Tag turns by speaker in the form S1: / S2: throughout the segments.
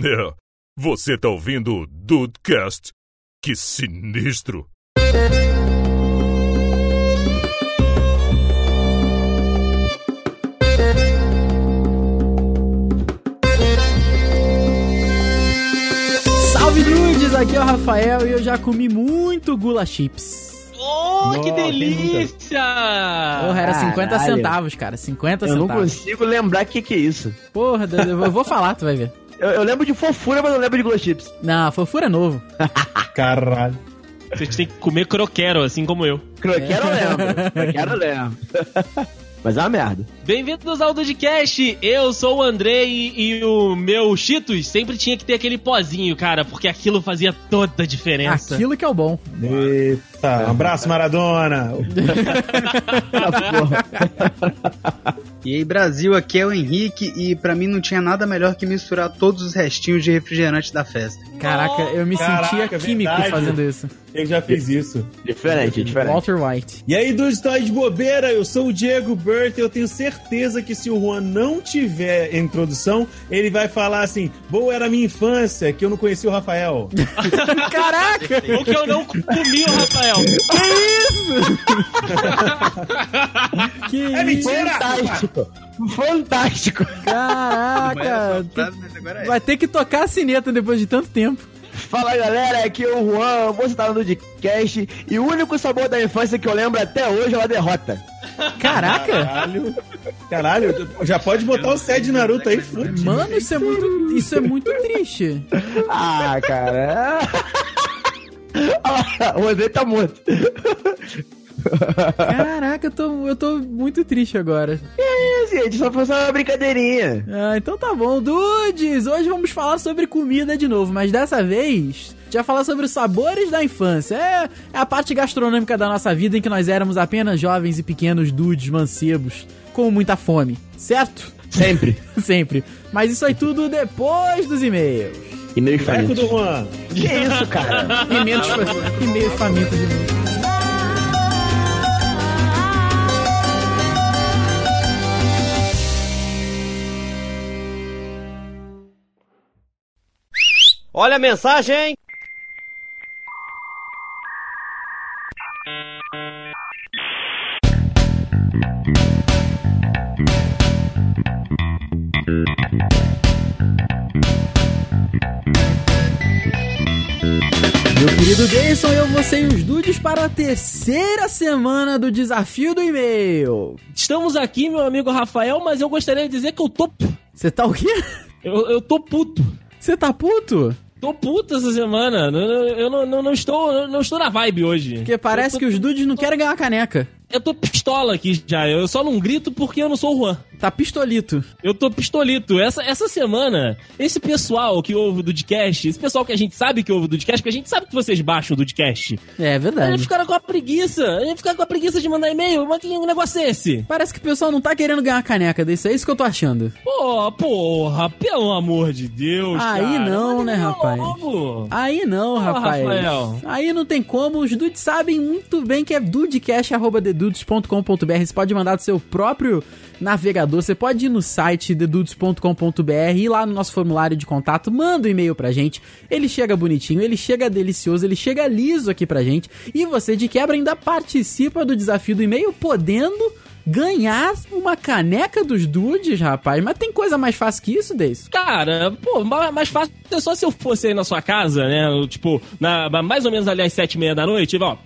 S1: É, você tá ouvindo o Dudecast? Que sinistro!
S2: Salve Nudes, aqui é o Rafael e eu já comi muito gula chips.
S3: Oh, que
S4: Nossa, quem
S3: delícia!
S2: Porra, era 50
S4: Ah, caralho.
S2: centavos, cara. 50
S4: Eu não
S2: centavos.
S4: consigo lembrar o que, que é isso.
S2: Porra, Deus, eu vou- eu vou falar, tu vai ver.
S4: Eu, eu lembro de fofura, mas não lembro de Glow Chips.
S2: Não, fofura é novo.
S5: Caralho.
S3: Vocês têm que comer croquero, assim como eu.
S5: É.
S4: Croquero eu lembro. Croquero eu lembro. mas é uma merda.
S3: Bem-vindos ao Dudcast! Eu sou o Andrei e o meu Cheetos sempre tinha que ter aquele pozinho, cara, porque aquilo fazia toda a diferença.
S2: Aquilo que é o bom.
S5: Eita, um abraço, Maradona.
S6: E aí, Brasil, aqui é o Henrique e pra mim não tinha nada melhor que misturar todos os restinhos de refrigerante da festa.
S2: Caraca, eu me
S5: Caraca,
S2: sentia
S4: é
S5: verdade.
S2: químico fazendo isso.
S5: Eu já fiz isso.
S4: Diferente, diferente.
S2: Walter White.
S5: E aí, dudes, tá de bobeira? Eu sou o Diego Burt. Eu tenho certeza que se o Juan não tiver introdução, ele vai falar assim: boa era a minha infância, que eu não conheci o Rafael.
S2: Caraca!
S3: O que eu não comi, ô, Rafael.
S2: Que
S5: É
S2: isso?
S5: mentira!
S4: Fantástico. Fantástico.
S2: Caraca!
S6: frase, mas agora
S2: Vai ter que tocar a sineta depois de tanto tempo.
S4: Fala galera, aqui é o Juan, você tá no podcast e o único sabor da infância que eu lembro até hoje é a derrota.
S2: Caraca!
S5: Caralho. Caralho, já pode botar o Sed de Naruto aí, fude.
S2: Mano, isso é muito, isso é muito triste.
S4: Ah, cara. Ah, o André tá morto.
S2: Caraca, eu tô, eu tô muito triste agora.
S4: É, gente, só foi só uma brincadeirinha.
S2: Ah, então tá bom, dudes! Hoje vamos falar sobre comida de novo, mas dessa vez já falar sobre os sabores da infância. É é a parte gastronômica da nossa vida em que nós éramos apenas jovens e pequenos dudes mancebos, com muita fome, certo?
S4: Sempre.
S2: Sempre. Mas isso aí tudo depois dos e-mails.
S4: E meio que
S5: Eco do Juan.
S4: Que isso, cara?
S2: E-mails, fa- e-mails famintos de novo.
S7: Olha a mensagem!
S2: Meu querido Jason, eu vou ser os dudes para a terceira semana do desafio do e-mail.
S3: Estamos aqui, meu amigo Rafael, mas eu gostaria de dizer que eu tô. p-
S2: Você tá o quê?
S3: Eu, eu tô puto.
S2: Você tá puto?
S3: Tô puto essa semana. Eu, eu- eu não, não- não estou, eu não estou na vibe hoje.
S2: Porque parece que os dudes não querem ganhar uma caneca.
S3: Eu tô pistola aqui já. Eu só não grito porque eu não sou o Juan.
S2: Tá pistolito.
S3: Eu tô pistolito. Essa, essa semana, esse pessoal que ouve o Dudcast, esse pessoal que a gente sabe que ouve o Dudcast, porque a gente sabe que vocês baixam o Dudcast,
S2: É
S3: eles
S2: verdade.
S3: ficaram com a preguiça. Eles ficaram com a preguiça de mandar e-mail. Mas que negócio é esse?
S2: Parece que o pessoal não tá querendo ganhar caneca desse, é isso que eu tô achando.
S3: Pô, porra, pelo amor de Deus,
S2: Aí
S3: cara.
S2: não,
S3: Manda
S2: né,
S3: e-mail
S2: rapaz?
S3: logo.
S2: Aí não,
S3: Porra,
S2: rapaz.
S3: Rafael.
S2: Aí não tem como, os dudes sabem muito bem que é dudecast.com.br. Você pode mandar do seu próprio navegador, você pode ir no site dedudes.com.br e lá no nosso formulário de contato, manda o e-mail pra gente. Ele chega bonitinho, ele chega delicioso, ele chega liso aqui pra gente. E você de quebra ainda participa do desafio do e-mail, podendo ganhar uma caneca dos dudes, rapaz. Mas tem coisa mais fácil que isso, Deis?
S3: Cara, pô, ma- mais fácil é só se eu fosse aí na sua casa, né? eu, Tipo, na, mais ou menos ali às sete e meia da noite, ó.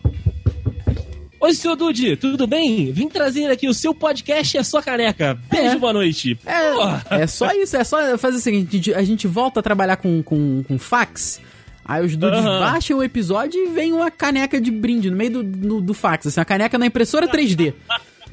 S3: Oi, senhor Dude, tudo bem? Vim trazer aqui o seu podcast e a sua caneca. Beijo,
S2: É.
S3: boa noite. Porra.
S2: É, é só isso, é só fazer o seguinte: a gente- a gente volta a trabalhar com, com, com fax. Aí os dudes
S3: Aham.
S2: baixam o episódio e vem uma caneca de brinde no meio do, do, do fax, assim, uma caneca na impressora 3D.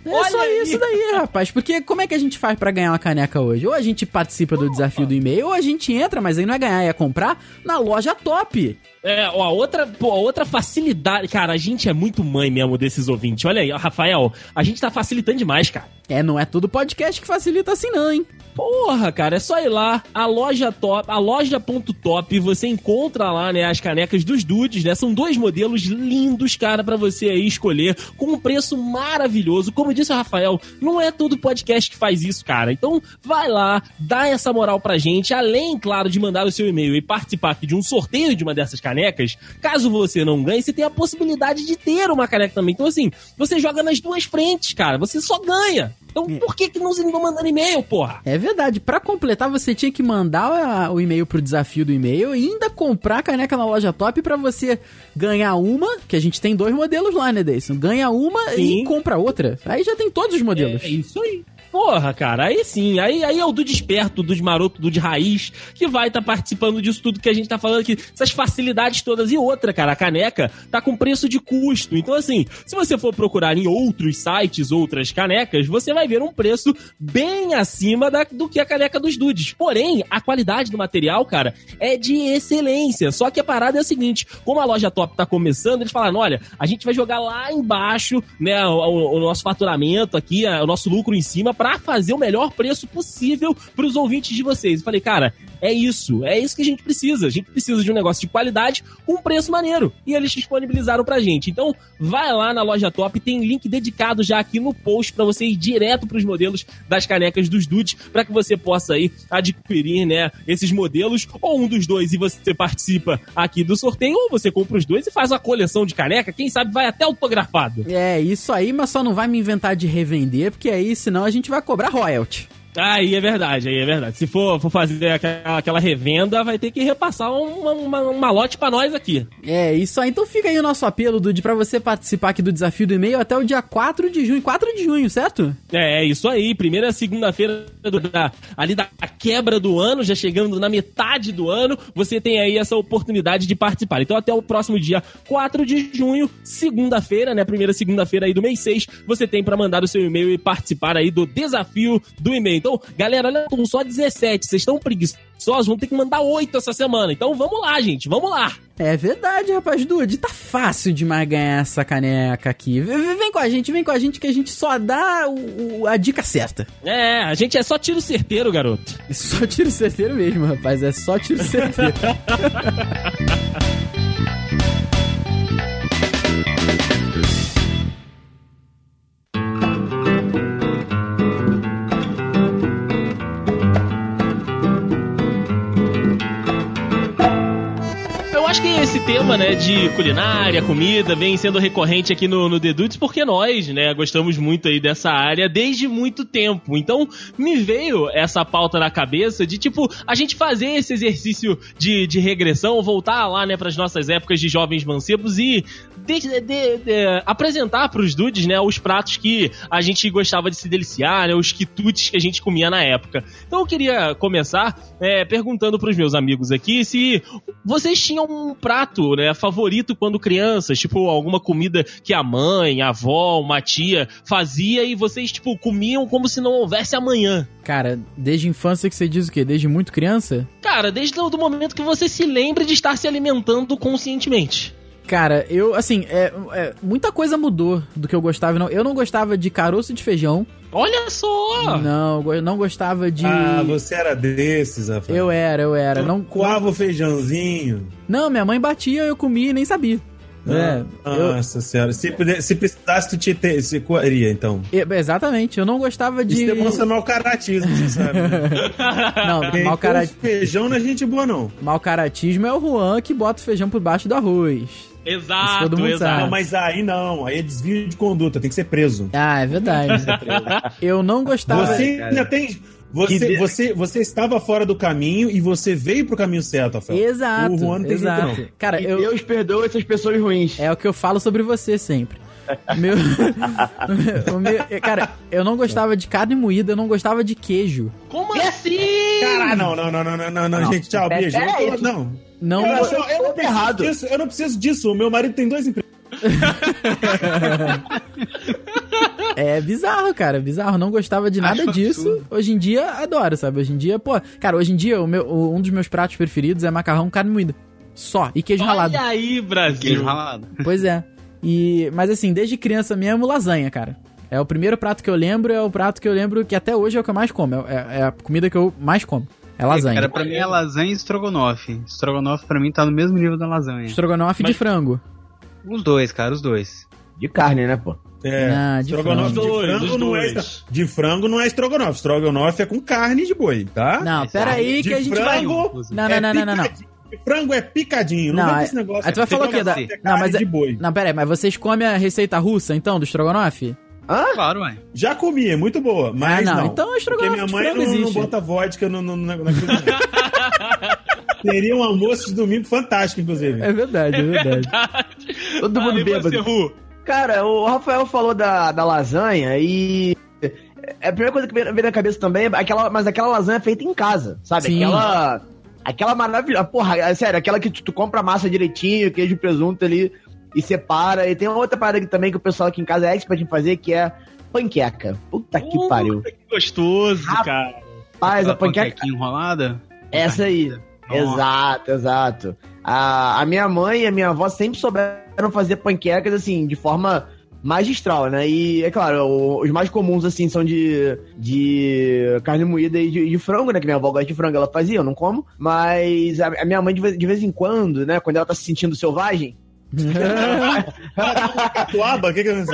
S2: É
S3: Olha
S2: só
S3: aí.
S2: isso daí, rapaz. Porque como é que a gente faz pra ganhar uma caneca hoje? Ou a gente participa do desafio do e-mail, ou a gente entra, mas aí não é ganhar, é comprar na loja top.
S3: É, ó, outra, pô, outra facilidade. Cara, a gente é muito mãe mesmo desses ouvintes. Olha aí, ó, Rafael, a gente tá facilitando demais, cara.
S2: É, não é todo podcast que facilita assim, não, hein?
S3: Porra, cara, é só ir lá, a loja top, a loja.top, você encontra lá, né, as canecas dos dudes, né? São dois modelos lindos, cara, pra você aí escolher, com um preço maravilhoso. Como disse o Rafael, não é todo podcast que faz isso, cara. Então, vai lá, dá essa moral pra gente, além, claro, de mandar o seu e-mail e participar aqui de um sorteio de uma dessas canecas. Caso você não ganhe, você tem a possibilidade de ter uma caneca também. Então, assim, você joga nas duas frentes, cara. Você só ganha. Então, por que que não se não mandando e-mail, porra?
S2: É verdade. Pra completar, você tinha que mandar a- o e-mail pro desafio do e-mail e ainda comprar a caneca na loja top pra você ganhar uma, que a gente tem dois modelos lá, né, Deison? Ganha uma e
S3: Sim.
S2: compra outra. Aí já tem todos os modelos.
S3: É isso aí. Porra, cara, aí sim, aí, aí é o do desperto, do de maroto, do de raiz, que vai estar participando disso tudo que a gente tá falando aqui, essas facilidades todas. E outra, cara, a caneca tá com preço de custo. Então, assim, se você for procurar em outros sites, outras canecas, você vai ver um preço bem acima da- do que a caneca dos dudes. Porém, a qualidade do material, cara, é de excelência. Só que a parada é a seguinte: como a loja top tá começando, eles falaram: olha, a gente vai jogar lá embaixo, né, o, o- o nosso faturamento aqui, a- o nosso lucro em cima, pra fazer o melhor preço possível pros ouvintes de vocês. Eu falei, cara, é isso, é isso que a gente precisa. A gente precisa de um negócio de qualidade com um preço maneiro. E eles disponibilizaram pra gente. Então, vai lá na loja top, tem link dedicado já aqui no post pra você ir direto pros modelos das canecas dos dudes, pra que você possa aí adquirir, né, esses modelos, ou um dos dois e você participa aqui do sorteio, ou você compra os dois e faz uma coleção de caneca, quem sabe vai até autografado.
S2: É, isso aí, mas só não vai me inventar de revender, porque aí senão a gente vai cobrar royalty.
S3: Aí é verdade, aí é verdade. Se for, for fazer aquela, aquela revenda, vai ter que repassar uma, uma, uma lote pra nós aqui.
S2: É, isso aí. Então fica aí o nosso apelo, Dude, pra você participar aqui do desafio do e-mail até o dia 4 de junho. 4 de junho, certo?
S3: É, é isso aí. Primeira segunda-feira do- da, ali da quebra do ano, já chegando na metade do ano, você tem aí essa oportunidade de participar. Então até o próximo dia 4 de junho, segunda-feira, né? Primeira segunda-feira aí do mês 6, você tem pra mandar o seu e-mail e participar aí do desafio do e-mail. Então, galera, olha, estão só 17, vocês estão preguiçosos, vão ter que mandar 8 essa semana. Então vamos lá, gente, vamos lá.
S2: É verdade, rapaz. Dude, tá fácil demais ganhar essa caneca aqui. V- v- Vem com a gente, vem com a gente que a gente só dá o- o- a dica certa.
S3: É, a gente é só tiro certeiro, garoto.
S2: É só tiro certeiro mesmo, rapaz. É só tiro certeiro.
S3: Eu acho que esse tema, né, de culinária, comida, vem sendo recorrente aqui no, no The Dudes, porque nós, né, gostamos muito aí dessa área desde muito tempo. Então, me veio essa pauta na cabeça de, tipo, a gente fazer esse exercício de, de regressão, voltar lá, né, pras nossas épocas de jovens mancebos e de- de- de- de- apresentar pros dudes, né, os pratos que a gente gostava de se deliciar, né, os quitutes que a gente comia na época. Então, eu queria começar é, perguntando pros meus amigos aqui se vocês tinham um prato, né, favorito quando crianças, tipo alguma comida que a mãe, a avó, uma tia fazia e vocês tipo comiam como se não houvesse amanhã.
S2: Cara, desde a infância que você diz o quê? Desde muito criança?
S3: Cara, desde o do momento que você se lembre de estar se alimentando conscientemente.
S2: Cara, eu, assim, é, é, muita coisa mudou do que eu gostava. Não, eu não gostava de caroço de feijão.
S3: Olha só!
S2: Não, eu go- não gostava de.
S5: Ah, você era desses, Rafael.
S2: Eu era, eu era. Não,
S5: Coava o feijãozinho.
S2: não, minha mãe batia, eu comia e nem sabia.
S5: Ah.
S2: É, eu-
S5: Nossa senhora. Se, puder- se precisasse, tu te, te, se coaria, então.
S2: eu- exatamente, eu não gostava de.
S5: Isso demonstra mau caratismo, você sabe. né?
S2: Não,
S5: Quem
S2: mau, cara...
S5: come Feijão não é gente boa, não.
S2: mau caratismo é o Juan que bota o feijão por baixo do arroz. Isso todo
S3: Exato,
S2: mundo
S5: Não,
S2: sabe.
S3: exato.
S5: mas aí não. Aí é desvio de conduta, tem que ser preso.
S2: Ah, é verdade. eu não gostava.
S5: você
S6: cara.
S5: ainda tem. Você,
S6: Que de-
S5: você, você estava fora do caminho e você veio pro caminho certo, Rafael.
S2: Exato.
S5: O Juan não tem jeito,
S2: exato.
S5: não.
S2: Cara,
S4: E
S2: eu.
S4: Deus perdoa essas pessoas ruins.
S2: É o que eu falo sobre você sempre. Meu, o meu- cara, eu não gostava de carne moída, eu não gostava de queijo.
S3: Como assim?
S5: Caralho, não, não, não, não, não, não, não, gente, tchau, beijo. Eu tô- não,
S2: Não,
S5: eu,
S4: mas-
S5: só- eu não
S4: tá
S5: preciso
S4: errado.
S5: disso, eu não preciso disso. O meu marido tem dois empregos.
S2: é bizarro, cara, é bizarro. Não gostava de nada
S6: Acho
S2: disso.
S6: absurdo.
S2: Hoje em dia adoro, sabe? Hoje em dia, pô, cara, hoje em dia o meu, o- um dos meus pratos preferidos é macarrão com carne moída. Só e queijo ralado.
S3: assim? Olha aí, Brasil.
S6: Queijo ralado.
S2: Pois é. E mas assim, desde criança mesmo lasanha, cara. É o primeiro prato que eu lembro, é o prato que eu lembro que até hoje é o que eu mais como. É, é- é a comida que eu mais como. É lasanha.
S6: Cara, pra mim é lasanha e estrogonofe. Estrogonofe pra mim tá no mesmo nível da lasanha.
S2: Estrogonofe de
S3: Mas-
S2: frango.
S6: Os dois, cara, os dois.
S4: De carne, né, pô?
S5: É.
S2: Ah, de
S5: estrogonofe de
S3: frango. Os
S5: frango,
S3: dois, os
S5: não é
S3: dois.
S5: estra- de frango não é estrogonofe. Estrogonofe é com carne de boi, tá?
S2: Não, pera aí
S5: de
S2: que a gente vai...
S5: frango,
S2: Não, não,
S5: É
S2: não, não, não, não.
S5: picadinho. Frango é picadinho. Não,
S2: Não,
S5: vem
S2: é-
S5: com esse negócio.
S2: aí tu vai falar o quê? Da-
S5: Estrogonofe é
S2: Não,
S5: carne
S2: mas é-
S5: de boi.
S2: Não, pera aí, mas vocês comem a receita russa, então, do estrogonofe?
S6: Claro, ué.
S5: Já comi, é muito boa, mas
S2: Ah, não.
S5: não.
S2: Então,
S5: Porque
S2: estrogonofe
S5: minha
S2: de
S5: mãe
S2: frango
S5: não, não
S2: existe.
S5: bota vodka no, no, na, na cozinha. Seria um almoço de domingo fantástico, inclusive.
S2: É verdade, é verdade.
S4: Todo mundo bêbado. Cara, o Rafael falou da, da lasanha e. é, A primeira coisa que vem vem na cabeça também é aquela. Mas aquela lasanha é feita em casa, sabe?
S2: Sim.
S4: Aquela. Aquela maravilhosa. Porra, é sério, aquela que tu, tu compra a massa direitinho, queijo e presunto ali e separa. E tem uma outra parada aqui também que o pessoal aqui em casa é expert em fazer, que é panqueca. Puta que
S7: Puta
S4: pariu.
S7: Que gostoso, cara.
S4: Faz a
S6: Aquela
S4: panqueca.
S6: panquequinha enrolada.
S4: Essa aí. Exato, exato. A, a minha mãe e a minha avó sempre souberam fazer panquecas, assim, de forma magistral, né? E, é claro, o- os mais comuns, assim, são de, de carne moída e de, de frango, né? Que minha avó gosta de frango, ela fazia, eu não como. Mas a, a minha mãe, de vez, de vez em quando, né? Quando ela tá se sentindo selvagem...
S5: Catuaba, o que que é isso?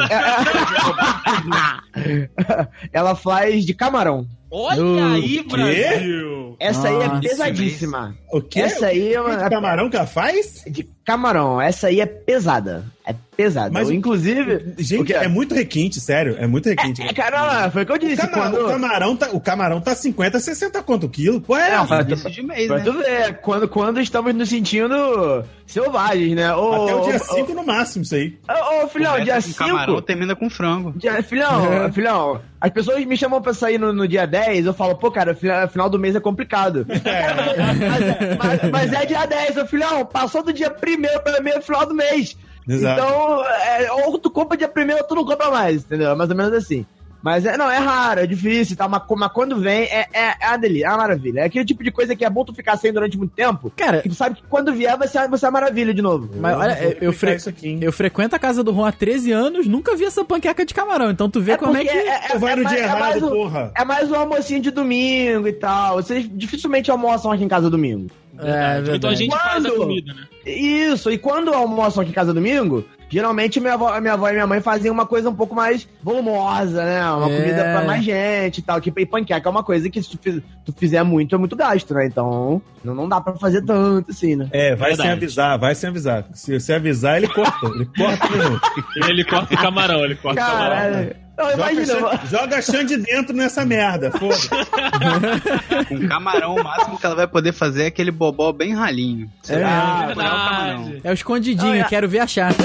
S4: ela faz de camarão.
S7: Olha
S2: Uh,
S7: aí,
S5: quê?
S7: Brasil.
S4: Essa aí é
S2: Nossa,
S4: pesadíssima.
S5: O que?
S4: Essa aí é uma... é
S5: de camarão que ela faz?
S4: De camarão, essa aí é pesada. É pesada.
S5: Mas-
S4: Eu, inclusive... O
S5: Gente,
S4: quê?
S5: é muito requinte, sério. É muito requinte.
S4: É, cara, foi o que eu
S5: O,
S4: disse.
S5: cama- o
S4: quando...
S5: camarão tá, o camarão tá 50, 60 quanto o quilo? Pô, é.
S4: Não,
S5: essa?
S4: mas-
S6: Isso de mês,
S4: Pra
S6: né?
S4: tu ver, quando, quando estamos nos sentindo selvagens, né? Ô,
S5: Até o
S4: ô,
S5: dia
S4: ô,
S5: 5 no máximo, isso aí.
S4: Ô, ô, filhão,
S6: Começa
S4: dia
S6: com
S4: 5.
S6: camarão, termina com frango.
S4: Dia, filhão,
S2: É.
S4: filhão, as pessoas me chamam pra sair no, no dia 10, eu falo, pô, cara, final, final do mês é complicado. Cara, mas, mas- mas é dia 10, ô filhão, passou do dia 1 pra mim, é final do mês.
S5: Exato.
S4: Então, é, ou tu compra dia primeiro ou tu não compra mais, entendeu? É Mais ou menos assim. Mas é, não, é raro, é difícil e tal, mas, co- mas quando vem, é, é, é a delícia, é uma maravilha. É aquele tipo de coisa que é bom tu ficar sem durante muito tempo,
S2: Cara,
S4: que tu sabe que quando vier vai ser, vai ser uma maravilha de novo.
S2: mas olha, eu, eu, fre-
S5: Isso aqui, hein?
S2: eu frequento a casa do Juan há 13 anos, nunca vi essa panqueca de camarão, então tu vê como é
S4: porque
S2: que...
S5: Tu vai no
S4: mais-
S5: dia
S4: mais
S5: errado,
S4: um-
S5: porra.
S4: É mais um almocinho de domingo e tal. Vocês dificilmente almoçam aqui em casa domingo.
S2: É verdade.
S3: então a gente faz a
S4: Quando?
S3: comida, né?
S4: Isso, e quando almoçam aqui em casa domingo, geralmente minha avó, a minha avó e minha mãe faziam uma coisa um pouco mais volumosa, né? Uma
S2: É.
S4: comida pra mais gente e tal. Tipo, e panqueca é uma coisa que se tu, fiz- tu fizer muito é muito gasto, né? Então não, não dá pra fazer tanto assim, né?
S5: É, vai
S3: Verdade.
S5: sem avisar, vai sem avisar. Se você avisar, ele corta. Ele corta de novo.
S3: Ele corta o camarão, ele corta o camarão.
S4: Caralho. Não,
S5: Joga,
S4: imagina.
S5: a Xande- joga a Xande dentro nessa merda, foda-se.
S6: Com camarão, o máximo que ela vai poder fazer é aquele bobó bem ralinho. Você
S4: É.
S6: vai
S4: É
S6: furar o camarão.
S2: É o escondidinho,
S4: Não, é-
S2: quero ver achar.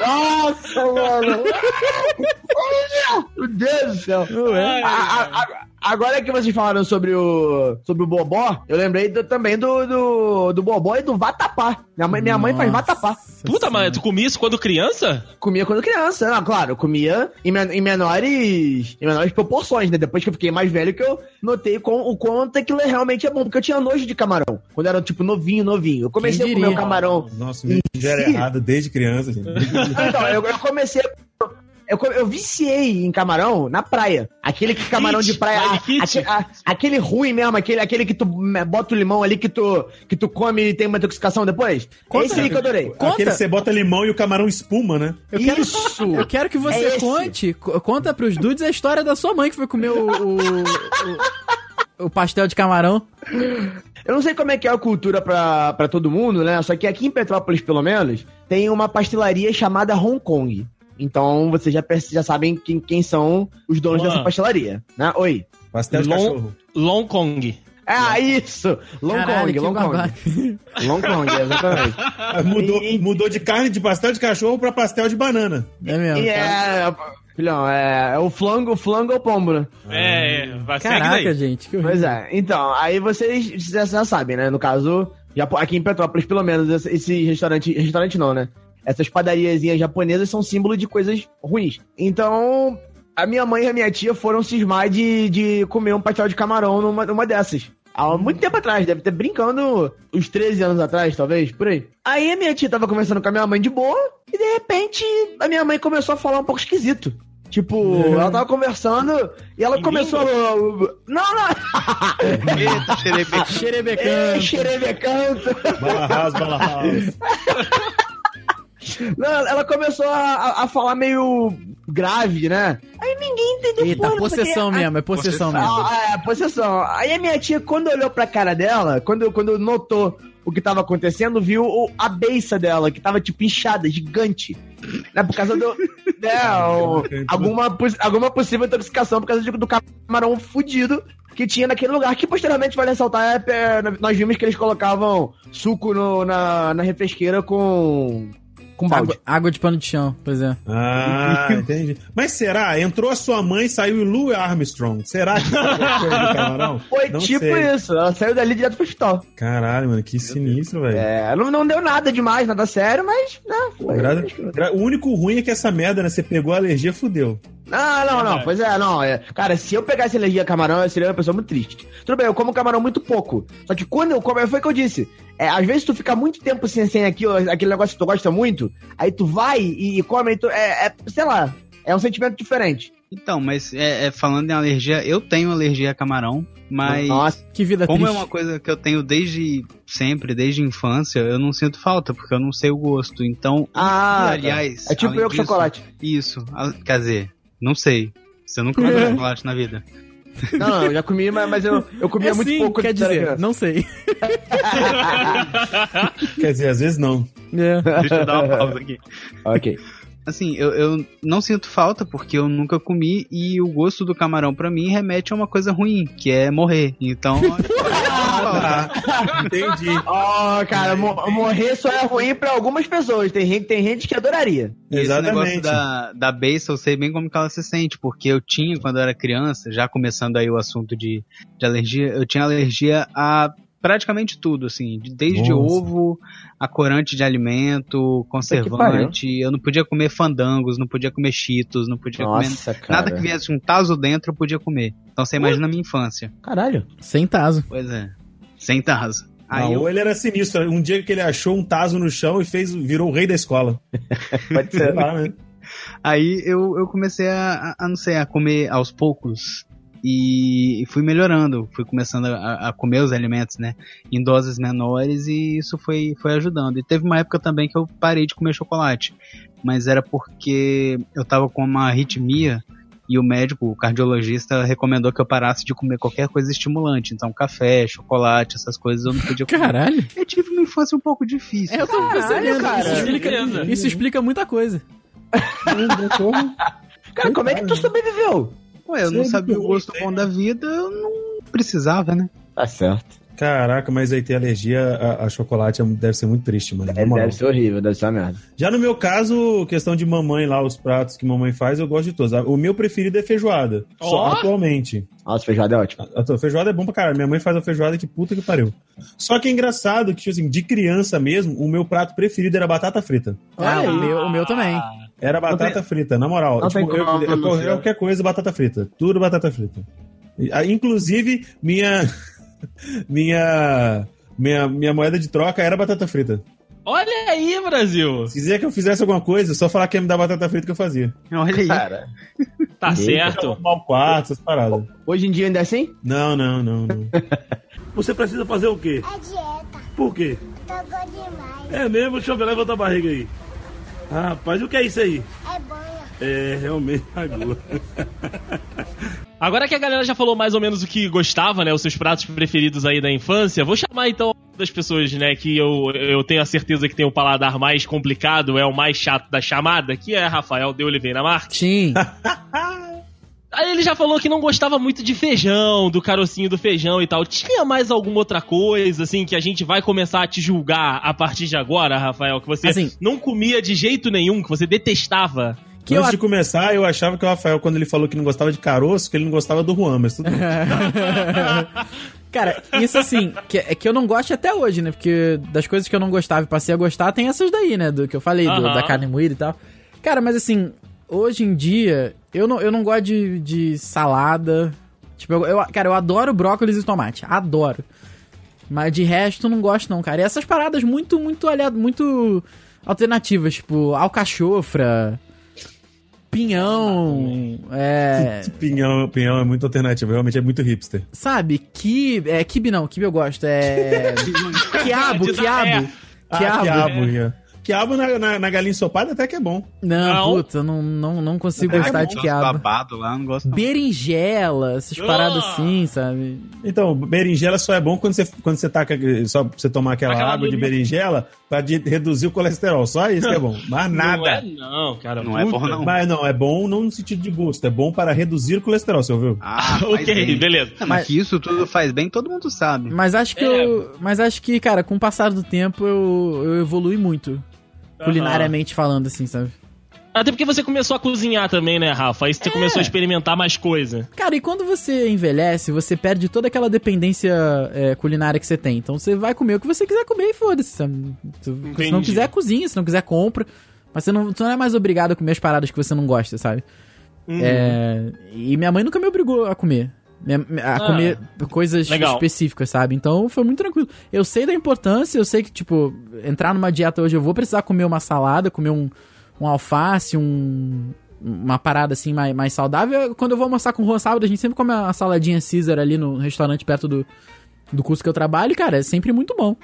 S4: Nossa, mano. Meu Deus do céu.
S2: Ué.
S4: A- a- a- agora que vocês falaram sobre o sobre o bobó, eu lembrei do- também do, do, do bobó e do vatapá. Minha mãe, minha mãe faz
S2: Nossa
S4: vatapá.
S3: Puta, mas tu comia isso quando criança?
S4: Comia quando criança, não, claro, eu comia em, men- em menores em menores proporções, né? Depois que eu fiquei mais velho que eu notei com, o quanto aquilo realmente é bom, porque eu tinha nojo de camarão, quando eu era tipo novinho, novinho. Eu comecei a comer
S2: diria?
S4: o camarão
S5: Nossa, me gera errado desde criança. gente.
S4: Então, eu, eu comecei. Eu, co- eu viciei em camarão na praia. Aquele que camarão de praia.
S3: vai de
S4: a-
S3: kit.
S4: aque- a- aquele ruim mesmo, aquele, aquele que tu me- bota o limão ali que tu, que tu come e tem uma intoxicação depois.
S2: Conta.
S4: Esse aí que eu adorei.
S2: Conta.
S5: Aquele que você bota limão e o camarão espuma, né?
S2: Eu quero,
S4: Isso!
S2: eu quero que
S4: É
S2: você
S4: esse.
S2: conte, co- conta pros dudes a história da sua mãe que foi comer o, o- o- o pastel de camarão.
S4: Eu não sei como é que é a cultura pra, pra todo mundo, né? Só que aqui em Petrópolis, pelo menos, tem uma pastelaria chamada Hong Kong. Então vocês já, perce- já sabem quem, quem são os donos
S3: Juan.
S4: dessa pastelaria, né? Oi.
S5: Pastel de
S3: Lon-
S5: cachorro.
S3: Long Kong.
S4: Ah, isso! Long
S2: Caralho,
S4: Kong,
S2: que
S4: Long Kong.
S2: babaca.
S4: Long Kong, exatamente.
S5: Ah, Mudou,
S4: E-
S5: mudou de carne de pastel de cachorro pra pastel de banana.
S2: É mesmo.
S4: E é, filhão, é, é o flango, o flango é o pombo, né?
S3: É, é, vai segue
S2: Caraca,
S3: daí.
S2: gente, que horrível.
S4: Pois é. Então, aí vocês já, já sabem, né? No caso, Japo- aqui em Petrópolis, pelo menos, esse, esse restaurante. Restaurante não, né? Essas padariazinhas japonesas são símbolo de coisas ruins. Então, a minha mãe e a minha tia foram cismar de, de comer um pastel de camarão numa, numa dessas. Há muito tempo atrás, deve ter brincando uns 13 anos atrás, talvez, por aí. Aí a minha tia tava conversando com a minha mãe de boa, e de repente a minha mãe começou a falar um pouco esquisito. Tipo, ela tava conversando e ela começou a. Não, não!
S6: Eita, xerebeca.
S4: É, xerebecanto.
S5: Bala house, bala house.
S4: Não, ela começou a, a- a falar meio grave, né? Aí ninguém entendeu
S2: Eita,
S4: porra,
S2: possessão
S4: porque-
S2: mesmo, é possessão
S6: Possessão.
S2: mesmo.
S4: Ah, é, possessão. Aí a minha tia, quando olhou pra cara dela, quando, quando notou o que tava acontecendo, viu o- a beiça dela, que tava tipo inchada, gigante. Né, por causa do. né,
S5: Ah,
S4: o- alguma, pos- alguma possível intoxicação por causa de- do camarão fudido que tinha naquele lugar, que posteriormente vai ressaltar, é, é, nós vimos que eles colocavam suco no- na, na refresqueira com. com balde.
S2: Água, água de pano de chão, pois é.
S5: Ah, entendi. Mas será? Entrou a sua mãe, saiu o Louis Armstrong. Será que tá foi do camarão?
S4: Foi
S5: Não
S4: tipo
S5: sei.
S4: isso, ela saiu dali direto pro hospital.
S5: Caralho, mano, que sinistro, velho.
S4: É, não, não deu nada demais, nada sério, mas, né, foi.
S5: Gra- gra- O único ruim é que essa merda, né? Você pegou a alergia, fudeu.
S4: Não, não, não.
S3: É.
S4: Pois é, não. é. Cara, se eu pegasse alergia a camarão, eu seria uma pessoa muito triste. Tudo bem, eu como camarão muito pouco. Só que quando eu como, foi o que eu disse. É, às vezes tu fica muito tempo sem, sem aquilo, aquele negócio que tu gosta muito, aí tu vai e, e come, e tu, é, é, sei lá, é um sentimento diferente.
S6: Então, mas é, é, falando em alergia, eu tenho alergia a camarão, mas
S4: Nossa,
S2: Que vida
S6: como é
S2: triste.
S6: uma coisa que eu tenho desde sempre, desde a infância, eu não sinto falta, porque eu não sei o gosto. Então,
S4: Ah,
S6: e, aliás,
S4: é tipo
S6: além
S4: eu com
S6: disso-
S4: chocolate.
S6: Isso, a- quer dizer, não sei. Você nunca comeu chocolate na vida.
S4: Não, não, eu já comi, mas, mas eu, eu comia
S2: É
S4: muito
S2: sim,
S4: pouco
S2: quer
S4: quando era
S2: dizer,
S4: criança.
S2: não sei.
S5: Quer dizer, às vezes não.
S2: É.
S6: Deixa eu dar uma pausa aqui.
S4: Ok.
S6: Assim, eu, eu não sinto falta porque eu nunca comi e o gosto do camarão pra mim remete a uma coisa ruim, que é morrer. Então,
S5: Ah, entendi.
S4: Ó, Oh, cara, mo- morrer só é ruim pra algumas pessoas. Tem gente, tem gente que adoraria.
S6: E Esse negócio
S5: Exatamente.
S6: da, da beiça, eu sei bem como que ela se sente, porque eu tinha, quando eu era criança, já começando aí o assunto de, de alergia, eu tinha alergia a praticamente tudo, assim, de- desde
S5: Nossa.
S6: ovo, a corante de alimento, conservante, eu não podia comer fandangos, não podia comer cheetos, não podia comer... Nada que viesse um taso dentro eu podia comer. Então você imagina a minha infância.
S4: Caralho.
S2: Sem taso.
S6: Pois é, sem taso. Aí
S5: Aí
S6: eu
S5: ele era sinistro. Um dia que ele achou um taso no chão e fez, virou o rei da escola.
S4: Pode
S5: Sei
S4: ser.
S5: lá, né?
S6: Aí eu, eu comecei a, a- a, não sei, a comer aos poucos. E fui melhorando, fui começando a, a comer os alimentos, né? Em doses menores e isso foi, foi ajudando. E teve uma época também que eu parei de comer chocolate. Mas era porque eu tava com uma arritmia e o médico, o cardiologista, recomendou que eu parasse de comer qualquer coisa estimulante. Então, café, chocolate, essas coisas eu não podia comer.
S2: Caralho.
S6: Eu tive uma infância um pouco difícil.
S2: É, eu tô percebendo.
S4: cara.
S2: Isso
S3: Beleza.
S2: explica, isso explica muita coisa.
S4: Cara, como é que tu sobreviveu?
S6: Ué, eu não
S5: Sempre
S6: sabia o
S5: foi,
S6: gosto
S5: né?
S6: bom da vida, eu não precisava, né?
S4: Tá certo.
S5: Caraca, mas aí ter alergia a, a chocolate é- deve ser muito triste, mano. Na moral.
S4: É, deve ser horrível, deve ser uma merda.
S5: Já no meu caso, questão de mamãe lá, os pratos que mamãe faz, eu gosto de todos. O meu preferido é feijoada. Só
S3: Ó!
S5: atualmente.
S4: Nossa, feijoada é ótimo.
S5: A, a feijoada é bom pra caralho. Minha mãe faz a feijoada que puta que pariu. Só que é engraçado que, tipo assim, de criança mesmo, o meu prato preferido era batata frita.
S2: Ah, o meu, o meu também.
S5: Era batata frita, na moral.
S4: Não
S5: Tipo,
S4: tem
S5: eu,
S4: como
S5: eu,
S4: não
S5: corria
S4: ser.
S5: qualquer coisa, batata frita. Tudo batata frita. E, ah, Inclusive, minha. minha. Minha, minha moeda de troca era batata frita.
S3: Olha aí, Brasil.
S5: Se quiser que eu fizesse alguma coisa, só falar que ia me dar batata frita que eu fazia.
S6: Olha aí.
S4: Cara,
S3: Tá
S4: Eita.
S3: certo.
S5: Arrumar o quarto, essas paradas.
S4: hoje em dia ainda é assim?
S5: Não, não, não, não.
S7: Você precisa fazer o quê?
S8: A É dieta,
S7: Por quê?
S8: tocou demais.
S7: É mesmo? Deixa eu ver, levanta a barriga aí. Ah, Rapaz, o que é isso aí?
S8: É banha.
S7: É, realmente, agora.
S3: Agora que a galera já falou mais ou menos o que gostava, né? Os seus pratos preferidos aí da infância, vou chamar então das pessoas, né? Que eu, eu tenho a certeza que tem o paladar mais complicado, é o mais chato da chamada, que é Rafael de Oliveira Marques.
S2: Sim.
S3: Aí ele já falou que não gostava muito de feijão, do carocinho do feijão e tal. Tinha mais alguma outra coisa, assim, que a gente vai começar a te julgar a partir de agora, Rafael? Que você
S2: Assim.
S3: não comia de jeito nenhum, que você detestava.
S2: Que eu
S5: Antes de começar, eu achava que o Rafael, quando ele falou que não gostava de caroço, que ele não gostava do Juan, mas tudo bem.
S2: Cara, isso assim, que, é que eu não gosto até hoje, né? Porque das coisas que eu não gostava e passei a gostar, tem essas daí, né? Do que eu falei, do-
S3: Aham.
S2: da carne moída e tal. Cara, mas assim, hoje em dia, eu não, eu não gosto de, de salada, Tipo, eu, eu- cara, eu adoro brócolis e tomate. Adoro. Mas de resto, não gosto não, cara. E essas paradas muito, muito aliado, muito alternativas. Tipo, alcachofra, pinhão, é...
S5: Pinhão, pinhão é muito alternativo, realmente é muito hipster.
S2: Sabe? Kibe. É, kibe não, kibe eu gosto. É. quiabo,
S3: Diz-
S2: quiabo.
S5: Ah,
S2: Quiabo.
S5: quiabo,
S7: É.
S5: Ian. Quiabo na, na, na galinha ensopada até que é bom.
S2: Não,
S3: Não.
S2: puta, não, não, não consigo
S5: É
S2: gostar
S5: bom, Oh.
S2: de
S6: Uns
S2: quiabo.
S6: babado lá, eu não gosto não.
S2: Berinjela, essas
S3: Ah.
S2: paradas assim, sabe?
S5: Então, berinjela só é bom quando você, quando você taca, só pra você tomar aquela,
S3: Aquela
S5: água de
S3: do-
S5: berinjela pra de- reduzir o colesterol. Só isso que é bom. Mas
S3: Não é
S5: nada.
S3: não, cara.
S6: Não é bom, não.
S5: Mas não, é bom não no sentido de gosto, é bom para reduzir o colesterol, você ouviu?
S6: Ah, faz
S3: ok,
S6: bem.
S3: beleza.
S6: Ah,
S2: Mas-
S6: Mas que isso tudo faz bem, todo mundo sabe.
S2: Mas acho que
S3: É.
S2: eu. Mas acho que, cara, com o passar do tempo eu, eu evolui muito. Culinariamente falando, assim, sabe?
S3: Até porque você começou a cozinhar também, né, Rafa? Aí
S2: É.
S3: você começou a experimentar mais coisa.
S2: Cara, e quando você envelhece, você perde toda aquela dependência é, culinária que você tem. Então você vai comer o que você quiser comer e foda-se. sabe? Se se não
S3: Entendi.
S2: quiser, cozinha. Se não quiser, compra. Mas você não, você não é mais obrigado a comer as paradas que você não gosta, sabe?
S3: Uhum.
S2: É, e minha mãe nunca me obrigou a comer. Minha- A
S3: Ah,
S2: comer coisas
S3: legal.
S2: específicas, sabe? Então foi muito tranquilo. Eu sei da importância, eu sei que, tipo, entrar numa dieta hoje eu vou precisar comer uma salada, comer um, um alface, um, uma parada assim mais, mais saudável. Quando eu vou almoçar com o Juan sábado, a gente sempre come a saladinha Caesar ali no restaurante perto do, do curso que eu trabalho, e, cara, é sempre muito bom.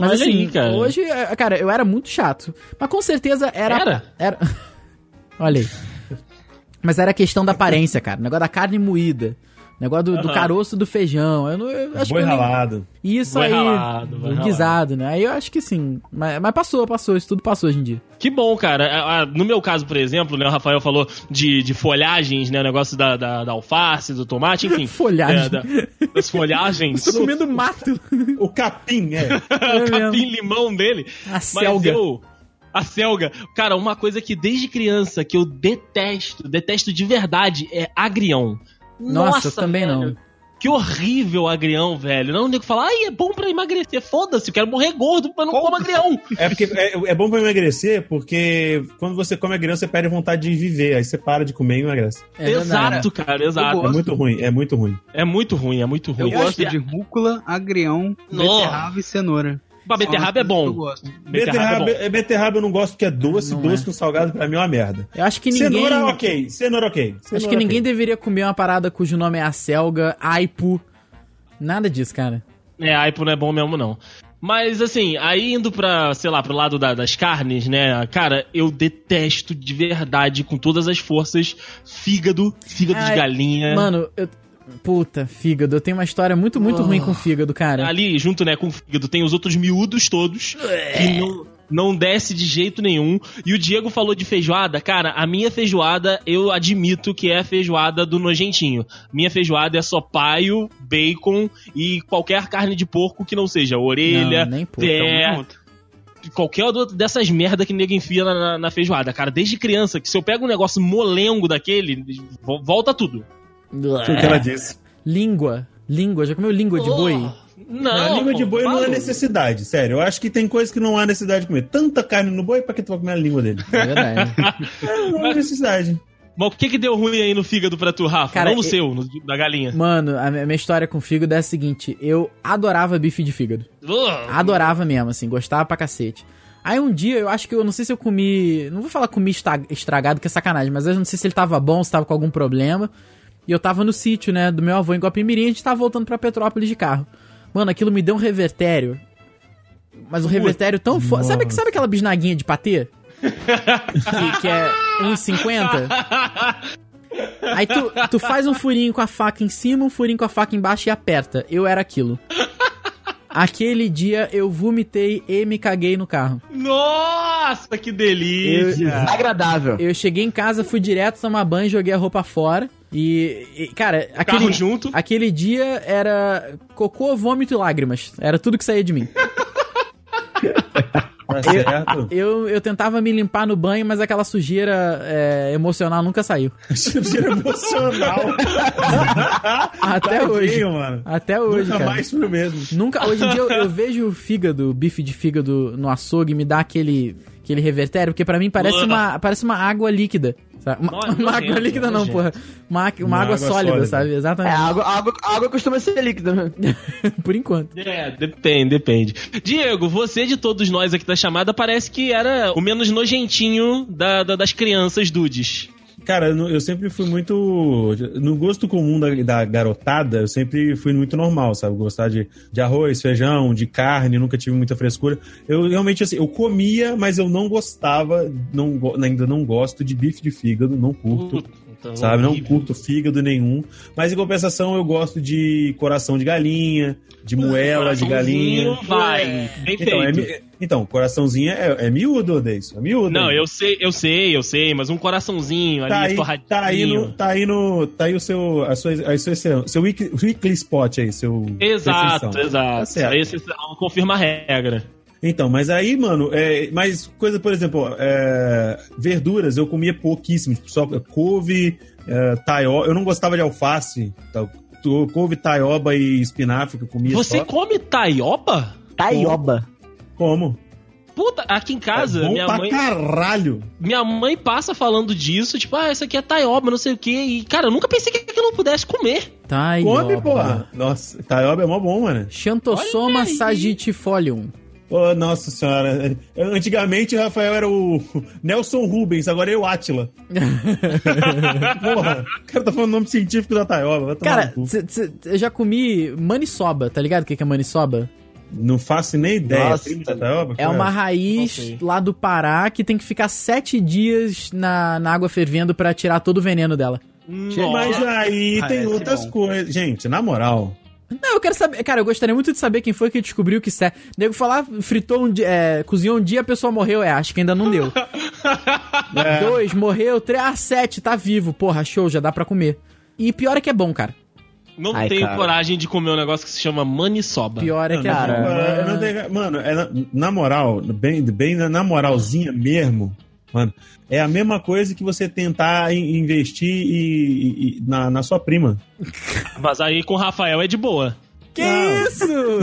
S2: Mas
S3: Olha
S2: assim,
S3: aí, cara.
S2: hoje, é, cara, eu era muito chato. Mas com certeza era.
S3: Era?
S2: era... Olha aí. Mas era questão da aparência, cara. Negócio da carne moída. Negócio do, do
S3: Aham. caroço
S2: caroço do feijão. Eu, não, eu acho
S5: Boi
S2: que eu nem-
S5: ralado.
S2: Isso
S3: Vai
S2: aí.
S3: ralado, vai ralado.
S2: guisado, né? Aí eu acho que sim. Mas, mas passou, passou. Isso tudo passou hoje em dia.
S3: Que bom, cara. Ah, ah, No meu caso, por exemplo, né, o Rafael falou de, de folhagens, né? O negócio da, da, da alface, do tomate, enfim.
S2: Folhagem.
S3: É, da- das folhagens.
S2: Tô comendo mato.
S5: O capim,
S2: É
S5: é.
S3: o
S2: mesmo.
S3: capim-limão dele.
S2: A selga.
S3: Mas eu, a selga. Cara, uma coisa que desde criança que eu detesto, detesto de verdade, é agrião.
S2: Nossa, eu também
S3: velho,
S2: não.
S3: Que horrível agrião, velho. Não, o nego fala, ai, é bom pra emagrecer. Foda-se, eu quero morrer gordo, mas não como agrião.
S5: É, porque, é, é bom pra emagrecer, porque quando você come agrião, você perde vontade de viver. Aí você para de comer e emagrece.
S2: É verdade.
S3: exato, cara, exato.
S5: É muito ruim, é muito ruim.
S3: É muito ruim, é muito
S6: Eu
S3: ruim.
S6: gosto
S3: E a-
S6: de rúcula, agrião,
S3: Nossa.
S6: beterraba e cenoura.
S3: Pra beterraba é
S6: Eu
S3: bom.
S6: gosto.
S3: Beterraba
S5: Beterraba,
S3: é bom.
S5: é beterraba eu não gosto porque é doce,
S2: Não
S5: doce
S2: é.
S5: com salgado pra mim é uma merda.
S2: Eu acho que ninguém.
S5: Cenoura ok, cenoura ok.
S2: Acho
S5: cenoura
S2: que
S5: ok.
S2: ninguém deveria comer uma parada cujo nome é a selga, aipo. Nada disso, cara.
S3: É, aipo não é bom mesmo, não. Mas, assim, aí indo pra, sei lá, pro lado da- das carnes, né? Cara, eu detesto de verdade, com todas as forças, fígado, fígado
S2: Ai,
S3: de galinha.
S2: Mano, eu. Puta, fígado. Eu tenho uma história muito, muito ruim com fígado, cara.
S3: Ali, junto, né, com o fígado, tem os outros miúdos todos, que
S2: É.
S3: não, não desce de jeito nenhum. E o Diego falou de feijoada. Cara, a minha feijoada, eu admito que é a feijoada do nojentinho. Minha feijoada é só paio, bacon e qualquer carne de porco que não seja orelha,
S2: Não, nem
S5: tá
S2: pouco.
S3: pé, É. qualquer outra dessas merda que nego enfia na, na- na feijoada, cara. Desde criança, que se eu pego um negócio molengo daquele, vo- volta tudo.
S5: Foi o que ela
S2: É.
S5: disse.
S2: Língua. Língua. Já comeu língua de
S3: Oh.
S2: boi?
S3: Não.
S5: a língua de
S3: pô,
S5: boi não é
S3: fala.
S5: há necessidade, sério. Eu acho que tem coisa que não há necessidade de comer. Tanta carne no boi, pra que tu vai comer a língua dele?
S2: É verdade.
S5: É, não há necessidade.
S3: Mas o que que deu ruim aí no fígado pra tu, Rafa?
S2: Cara,
S3: não no
S2: eu-
S3: seu, no de- da galinha.
S2: Mano, a minha minha história com fígado é a seguinte: eu adorava bife de fígado.
S3: Ugh.
S2: Adorava mesmo, assim, gostava pra cacete. Aí um dia, eu acho que eu não sei se eu comi. Não vou falar comi esta- estragado, que é sacanagem, mas eu não sei se ele tava bom, se tava com algum problema. E eu tava no sítio, né, do meu avô em Guapimirim, a gente tava voltando pra Petrópolis de carro. Mano, aquilo me deu um revertério. Mas um revertério tão foda. Sabe, que- sabe aquela bisnaguinha de patê? que, que é 1,50? Aí tu, tu faz um furinho com a faca em cima, um furinho com a faca embaixo e aperta. Eu era aquilo. Aquele dia eu vomitei e me caguei no carro.
S3: Nossa, que delícia!
S4: Agradável.
S2: Eu cheguei em casa, fui direto tomar banho, joguei a roupa fora. E, e, cara,
S3: Carro
S2: aquele,
S3: junto.
S2: aquele dia era cocô, vômito e lágrimas. Era tudo que saía de mim.
S5: Tá certo.
S2: Eu, eu tentava me limpar no banho, mas aquela sujeira é, emocional nunca saiu.
S5: Cheiro emocional.
S2: Até hoje.
S5: mano.
S2: Até hoje,
S5: Nunca
S2: cara.
S5: mais pro mesmo.
S2: Nunca. Hoje em dia eu, eu vejo o fígado, o bife de figado no açougue e me dá aquele, aquele revertério, porque pra mim parece uma, parece uma água líquida. sabe? Uma,
S3: Não, é
S2: uma
S3: nojento,
S2: água líquida não,
S3: nojento.
S2: porra. Uma, uma, água, sólida, sabe?
S4: É,
S2: Exatamente.
S4: a água, a água, a água costuma ser líquida, né?
S2: Por enquanto.
S3: É, depende, depende. Diego, você de todos nós aqui da chamada parece que era o menos nojentinho da- da- das crianças dudes.
S5: Cara, eu não- eu sempre fui muito. No gosto comum da, da garotada, eu sempre fui muito normal, sabe? Gostar de, de arroz, feijão, de carne, nunca tive muita frescura. Eu realmente, assim, eu comia, mas eu não gostava, não, go- ainda não gosto de bife de fígado, não curto.
S3: Puta, é
S5: Sabe, não
S3: horrível.
S5: curto fígado nenhum. Mas em compensação, eu gosto de coração de galinha, de moela de galinha.
S3: Ah, Coraçãozinho, Vai, bem
S5: Então, é
S3: feito.
S5: mi- então, coraçãozinho é, é miúdo, Odeis. É miúdo.
S3: Não,
S5: né?
S3: eu sei, eu sei, eu sei, mas um coraçãozinho
S5: tá
S3: ali,
S5: aí,
S3: torradinho.
S5: tá aí no, tá aí no, tá aí o seu, a sua, a sua seu, seu weekly, weekly spot aí, seu.
S3: Exato,
S5: exceção. Tá
S3: exato.
S5: certo.
S3: Aí você não confirma a regra.
S5: Então, mas aí, mano, é, mas coisa, por exemplo, é, verduras eu comia pouquíssimo, tipo, só couve, é, taió, eu não gostava de alface, tal, tu- couve, taioba e espinafre que eu comia
S3: Você
S5: só.
S3: come taioba?
S4: Taioba.
S5: Como?
S3: Puta, aqui em casa,
S5: é bom
S3: minha
S5: pra
S3: mãe.
S5: caralho.
S3: Minha mãe passa falando disso, tipo, ah, isso aqui é taioba, não sei o quê. E, cara, eu nunca pensei que eu não pudesse comer.
S2: Tá aí.
S5: Come,
S2: ó,
S5: porra. Nossa, taioba é mó bom, mano.
S2: Xantossoma sagitifolium.
S5: Ô, nossa senhora. Antigamente o Rafael era o Nelson Rubens, agora é o Átila. Porra, o cara tá falando o nome científico da Taioba. vai tomar
S2: Cara,
S5: no cu.
S2: cê- cê- eu já comi maniçoba, tá ligado? O que, que é maniçoba?
S5: não faço nem ideia.
S4: Nossa.
S5: Tem da taioba?
S2: É
S5: Qual
S2: uma raiz
S3: Não sei.
S2: lá do Pará que tem que ficar sete dias na, na água fervendo pra tirar todo o veneno dela.
S5: Mas
S3: Nossa.
S5: aí tem
S6: Parece
S5: outras
S6: bom.
S5: coisas. Gente, na moral.
S2: Não, Ah, eu quero saber. Cara, eu gostaria muito de saber quem foi que descobriu que isso é. Nego falar, fritou um dia. é, cozinhou um dia, a pessoa morreu. É, acho que ainda não deu.
S5: é,
S2: Dois, morreu. Três, ah, sete, tá vivo. Porra, show, já dá pra comer. E pior é que é bom, cara.
S3: Não
S4: Ai,
S3: tenho
S4: cara.
S3: coragem de comer um negócio que se chama maniçoba.
S2: Pior é que é
S4: cara,
S2: bom.
S5: Mano,
S2: Ah,
S5: não tem- mano, é na, na moral, bem, bem na, na moralzinha mesmo, mano, é a mesma coisa que você tentar in- investir e- e- e- na, na sua prima.
S3: Mas aí com o Rafael é de boa.
S2: Que
S5: Não.
S2: isso?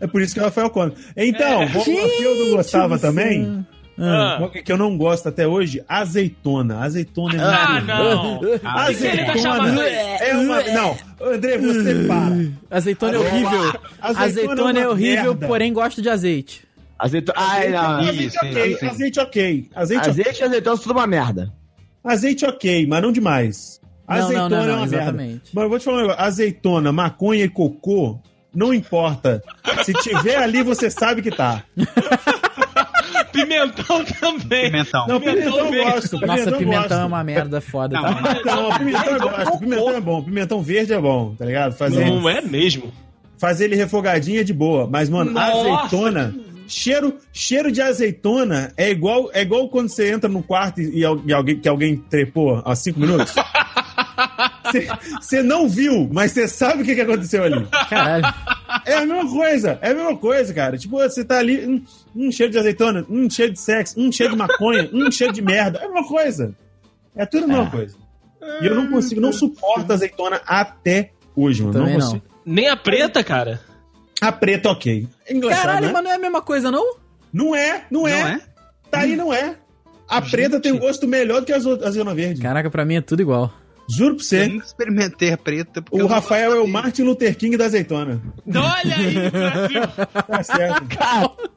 S5: é por isso que o Rafael come. Então, vamos lá, que eu não gostava também,
S3: É. Ah.
S5: uma que eu não gosto até hoje, azeitona. Azeitona é
S3: Ah,
S5: muito
S3: não!
S5: ruim.
S3: Por que que ele tá chamando
S5: Azeitona
S3: isso?
S5: é uma... Não, André, você para.
S2: Azeitona é horrível. Hum. Azeitona, é,
S5: uma
S2: horrível,
S5: merda.
S2: porém gosto de azeite.
S4: Azeito...
S3: É,
S4: Ai, não.
S5: Azeite ok,
S6: Isso, isso.
S5: azeite ok. Azeite ok.
S4: Azeite e azeitona são tudo uma merda.
S5: Azeite ok, mas não demais.
S2: não,
S5: Azeitona
S2: não, não,
S5: é uma merda.
S2: exatamente.
S5: Mas eu vou te falar um negócio. Azeitona, maconha e cocô, não importa. Se tiver ali, você sabe que tá.
S3: Pimentão também.
S6: Pimentão.
S5: Não, pimentão eu
S3: Pimentão
S5: gosto.
S2: Nossa,
S5: eu gosto.
S2: pimentão é uma merda foda.
S6: Não,
S2: tá?
S6: mas-
S5: Não, pimentão eu gosto. Pimentão é bom. Pimentão verde é bom, tá ligado? Fazer,
S3: Não é mesmo.
S5: fazer ele refogadinho é de boa. Mas, mano,
S3: Nossa,
S5: azeitona. Cheiro, cheiro de azeitona é igual, é igual quando você entra no quarto e, e al- e alguém, que alguém trepou há cinco minutos. Você- Você não viu, mas você sabe o que, que aconteceu ali.
S2: Caralho.
S5: É a mesma coisa, é a mesma coisa, cara. Tipo, você tá ali, hum, hum, cheiro de azeitona, hum, cheiro de sexo, hum, cheiro de maconha, hum, cheiro de merda. É a mesma coisa. É tudo a mesma coisa. E eu não consigo, não suporto azeitona até hoje, mano. Não
S2: Também não.
S5: consigo.
S3: Nem a preta, cara.
S5: A preta, ok. É engraçado,
S2: Caralho,
S5: né?
S2: mas não é a mesma coisa, não?
S5: Não é, não
S6: Não
S5: é.
S6: é?
S5: Tá aí, não é. A preta tem um gosto melhor do que a aze- azeitona verde.
S2: Caraca, pra mim é tudo igual.
S5: Juro pra
S6: Eu
S5: você.
S6: nunca experimentei a preta. porque
S5: O
S6: eu não
S5: Rafael é o
S6: gosto
S5: Martin Luther King da azeitona.
S3: Olha
S9: É
S3: aí, Brasil.
S5: Tá certo.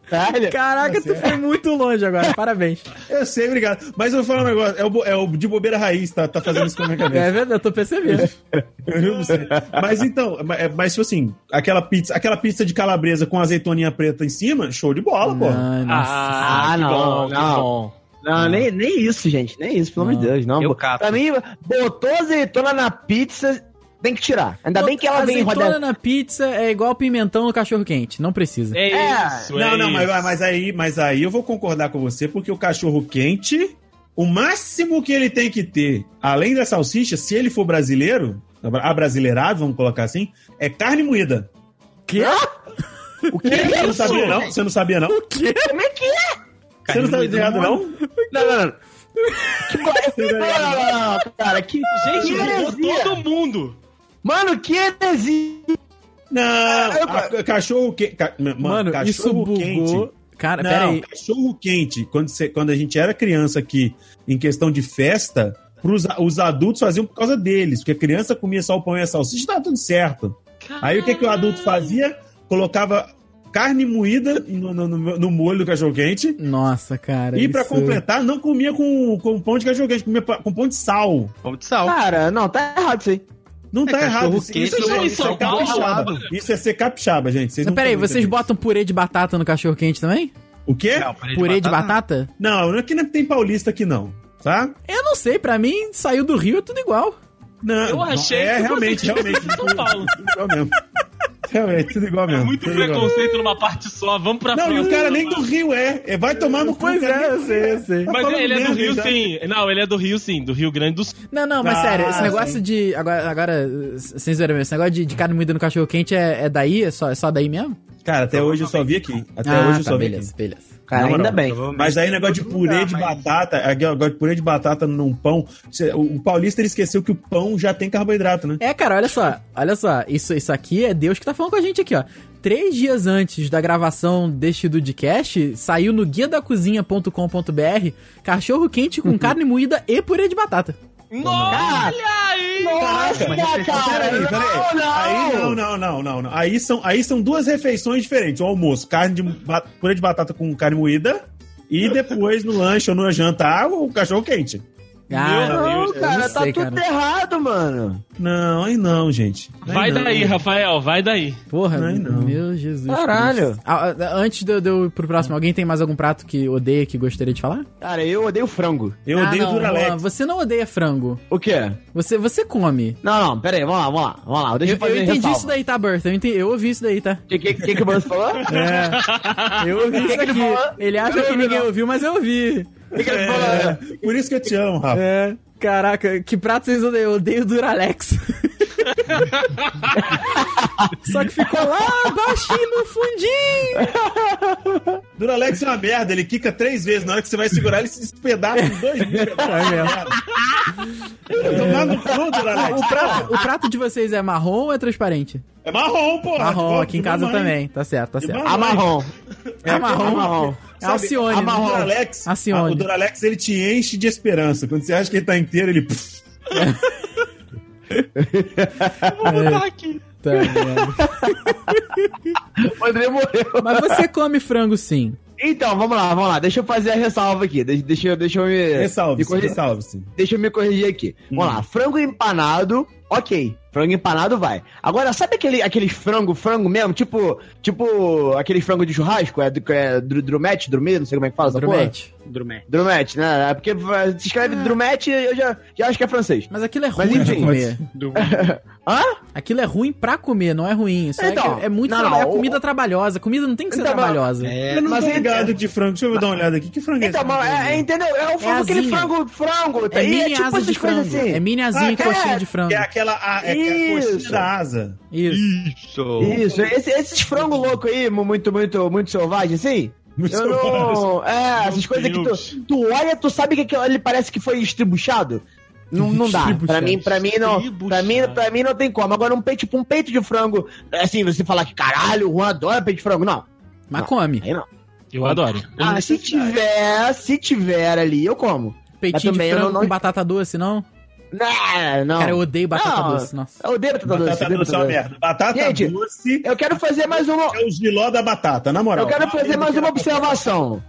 S4: Caralho.
S2: Caraca, tu foi muito longe agora. Parabéns.
S5: Eu sei, obrigado. Mas eu vou falar um negócio. É o, bo- é o de bobeira raiz, tá, tá fazendo isso com a minha cabeça.
S2: É verdade, eu tô percebendo.
S5: Eu juro pra você. Mas então, ma- é- mas tipo assim, aquela pizza, aquela pizza de calabresa com azeitoninha preta em cima, show de bola, pô.
S2: Ai, nossa.
S4: Ah,
S3: que
S4: não,
S3: bom, que
S4: não.
S3: bom.
S4: Não, nem, nem isso, gente. Nem isso, pelo amor de Deus. Não.
S6: Eu
S4: Bo-
S6: capo.
S4: Pra mim, botou azeitona na pizza, tem que tirar. Ainda bem que ela vem
S2: Azeitona
S4: rodando.
S2: na pizza é igual pimentão no cachorro quente. Não precisa.
S3: É,
S4: É.
S3: isso,
S5: Não,
S3: é
S5: não, mas,
S3: isso.
S5: mas aí, mas aí eu vou concordar com você, porque o cachorro quente, o máximo que ele tem que ter, além da salsicha, se ele for brasileiro, abra- abrasileirado, vamos colocar assim, é carne moída.
S2: Quê?
S4: O que
S5: Você não sabia,
S4: não?
S5: não? Você não sabia, não?
S4: Como é que é?
S5: Você não sabia, ligado, não?
S4: Não, não, não. Que co- não, não, não, não, cara. Que...
S3: Gente,
S4: que
S3: mudou
S4: heresia.
S3: todo mundo.
S4: Mano, que heresia.
S5: Não,
S4: Eu-
S5: a- cachorro quente. Mano,
S2: Mano, isso
S5: cachorro
S2: bugou.
S5: quente.
S2: Cara, pera
S5: Não,
S2: aí.
S5: cachorro quente, quando, você- quando a gente era criança aqui, em questão de festa, pros, os adultos faziam por causa deles, porque a criança comia só o pão e a salsicha, tava tudo certo. Aí o que, que o adulto fazia? Colocava carne moída no, no- no- no molho do cachorro quente,
S2: Nossa, cara.
S5: e pra
S2: isso-
S5: completar, não comia com, com pão de cachorro quente, comia pa- com pão de sal.
S6: Pão de sal.
S5: Ah,
S4: Cara, não, tá errado isso aí.
S5: Não tá
S6: É, cachorro
S5: errado.
S6: quente,
S5: isso,
S6: não,
S5: é,
S6: isso
S5: isso é
S6: é um pau
S5: capixaba.
S6: ralado.
S5: Isso é ser capixaba, gente. Vocês
S2: Mas
S5: não
S2: peraí,
S5: estão
S2: vocês
S5: entendendo.
S2: botam purê de batata no cachorro quente também?
S5: O quê?
S6: Não,
S2: Purê de batata?
S5: Não, aqui não é tem paulista aqui, não. Tá?
S2: Eu não sei, pra mim saiu do Rio é tudo igual.
S5: Não,
S3: Eu
S5: não,
S3: achei
S5: É,
S3: que
S5: realmente,
S3: você tinha
S5: realmente.
S3: vindo de São Paulo.
S5: Tudo igual mesmo. Realmente, tudo igual mesmo.
S9: É Muito
S5: tudo igual.
S9: preconceito numa parte só, vamos pra
S5: Não, e o
S9: próxima.
S5: cara nem do Rio é. É, Vai tomar no cu.
S2: Pois
S5: cara.
S2: é, eu sei, eu sei.
S5: Tá
S9: Mas
S5: falando
S9: ele é do
S5: merda,
S9: Rio,
S5: então.
S9: sim. Não, ele é do Rio, sim. Do Rio Grande do Sul.
S2: Não, não, mas
S5: Ah,
S2: sério, esse negócio
S5: sim.
S2: de. Agora, agora sem zoeira mesmo, esse negócio de, de carne moída no cachorro quente é, é daí? É só, é só daí mesmo?
S5: Cara, até hoje eu só vi aqui. Até
S2: Ah,
S5: hoje eu
S2: tá,
S5: só vi aqui.
S2: beleza, beleza.
S4: Cara,
S5: Na moral,
S4: ainda bem.
S5: Mas aí é negócio de purê de batata, aqui, ó, negócio de purê de batata num pão. Cê- O, o paulista ele esqueceu que o pão já tem carboidrato, né?
S2: É, cara, olha só, olha só, isso, isso aqui é Deus que tá falando com a gente aqui, ó. Três dias antes da gravação deste Dudcast, saiu no guiadacozinha.com.br cachorro quente
S5: Uhum.
S2: com carne moída e purê de batata.
S9: Nossa, olha aí!
S4: Nossa, cara,
S5: Peraí, peraí. Aí não, não, não, não, não. Aí são, aí são duas refeições diferentes. O almoço, carne de ba- purê de batata com carne moída. E depois no lanche ou no jantar, o cachorro quente.
S4: Não,
S2: eu
S4: cara, tá
S2: sei,
S4: tudo errado, mano.
S5: Não, aí não, gente. Aí
S9: Vai
S5: não.
S9: daí, Rafael, vai daí.
S2: Porra,
S5: Não é não.
S2: meu Jesus.
S4: Caralho.
S2: Cristo. Ah, ah, antes de eu, de eu ir pro próximo, alguém tem mais algum prato que odeia que gostaria de falar?
S4: Cara, eu odeio frango.
S5: Eu odeio
S2: ah, não,
S5: Duralex.
S2: Juan, Você não odeia frango.
S4: O quê?
S2: Você, você come.
S4: Não, não, pera aí, vamos lá, vamos lá, vamos lá. Deixa
S2: Eu,
S4: eu fazer
S2: eu entendi
S4: ressalva.
S2: isso daí, tá, Bertha? Eu, entendi, eu ouvi isso daí, tá?
S4: Que, que, que, que o Bruno falou? O
S2: É. Eu ouvi isso
S4: que ele
S2: aqui.
S4: falou?
S2: Ele acha
S4: Eu
S2: que
S4: ouvi,
S2: ninguém
S4: não.
S2: ouviu, mas eu ouvi.
S4: que, que ele
S5: É,
S4: falou?
S5: por isso que eu te amo, Rafa.
S2: É. Caraca, que prato vocês odeiam? Eu odeio Duralex. Só que ficou lá baixinho no fundinho.
S5: Duralex é uma merda, ele quica três vezes. Na hora que você vai segurar, ele se despedaça em dois mil pedaços. Vai Tomar no cu, Duralex.
S2: O prato, o prato de vocês é marrom ou é transparente?
S5: É marrom, porra.
S2: Marrom,
S5: Pô,
S2: aqui em casa
S5: mamãe.
S2: também. Tá certo, tá
S5: De
S2: certo.
S5: mamãe.
S4: Amarrom.
S2: É marrom.
S4: Amarrom.
S2: É
S5: Sabe,
S2: Alcione.
S5: a marrom.
S2: né?
S5: Duralex,
S2: Alcione.
S5: a- O Duralex, ele te enche de esperança. Quando você acha que ele tá inteiro, ele... pff, É.
S2: Tá, merda.
S4: O André morreu.
S2: Mas você come frango sim.
S4: Então, vamos lá, vamos lá. Deixa eu fazer a ressalva aqui. Deixa, deixa, eu- deixa eu me.
S5: É,
S4: me
S5: Ressalve-se,
S4: corrigir.
S5: ressalve-se.
S4: Deixa eu me corrigir aqui. Vamos
S2: Hum.
S4: lá. Frango empanado, ok. Frango empanado vai. Agora, sabe aquele, aqueles frango, frango mesmo? Tipo, tipo aqueles frango de churrasco? É, dr- é dr- drumete, drumete, não sei como é que fala essa porra.
S2: Drumete.
S6: Drumé.
S4: Drumete, né? É Porque eh, se
S2: Ah.
S4: escreve drumete, eu já, já acho que é francês.
S2: Mas aquilo é ruim
S4: Mas
S2: pra
S4: enfim.
S2: comer.
S4: Hã? Aquilo
S2: Aquilo é ruim pra comer, não é ruim. Só é,
S4: Então,
S2: que é muito
S4: não,
S2: traba-
S4: não,
S2: é comida trabalhosa. Comida não tem que ser
S4: Então, mas-
S2: trabalhosa. É,
S6: É,
S5: eu não
S4: mas
S5: tô
S4: é-
S5: ligado de frango. Deixa eu dar uma olhada aqui. Que frango é
S4: Então,
S5: esse?
S4: mas é, é, entendeu? É o frango, aquele
S2: asinha.
S4: frango, frango. tá? E
S2: mini
S4: é tipo
S2: asa de
S4: essas
S2: frango.
S4: coisas assim.
S2: É mini asinha
S5: Ah,
S2: e coxinha
S4: é,
S2: de frango.
S5: É aquela a, é que é a coxinha
S4: Isso.
S5: da asa.
S2: Isso.
S6: Isso.
S4: Isso, esse- esses frango louco aí, mu- muito, muito, muito selvagem, assim.
S5: Muito
S4: eu não. É, essas
S9: Meu
S4: coisas
S9: Deus.
S4: que tu, tu olha, tu sabe que aquilo ali parece que foi estribuchado. Não, não dá. Pra mim, pra mim não. Pra mim, pra mim não tem como. Agora um peito, tipo um peito de frango. Assim, você falar que caralho, o Juan adora peito de frango. Não,
S2: Mas
S4: Não.
S2: come.
S4: aí não.
S9: Eu adoro.
S5: é
S4: Ah, se tiver, se tiver ali, eu como.
S2: Peitinho de
S4: também eu
S2: frango
S4: não-
S2: com batata doce, não?
S4: Não, não.
S2: Cara, eu odeio batata
S4: Não.
S2: doce. Nossa.
S4: Eu odeio batata doce.
S5: Batata
S4: odeio
S5: doce é
S4: batata
S5: uma
S4: doce.
S5: merda. Batata
S4: Gente,
S5: doce
S4: Eu quero fazer mais uma.
S5: é o giló da batata, na moral. é?
S4: Eu quero fazer mais uma observação.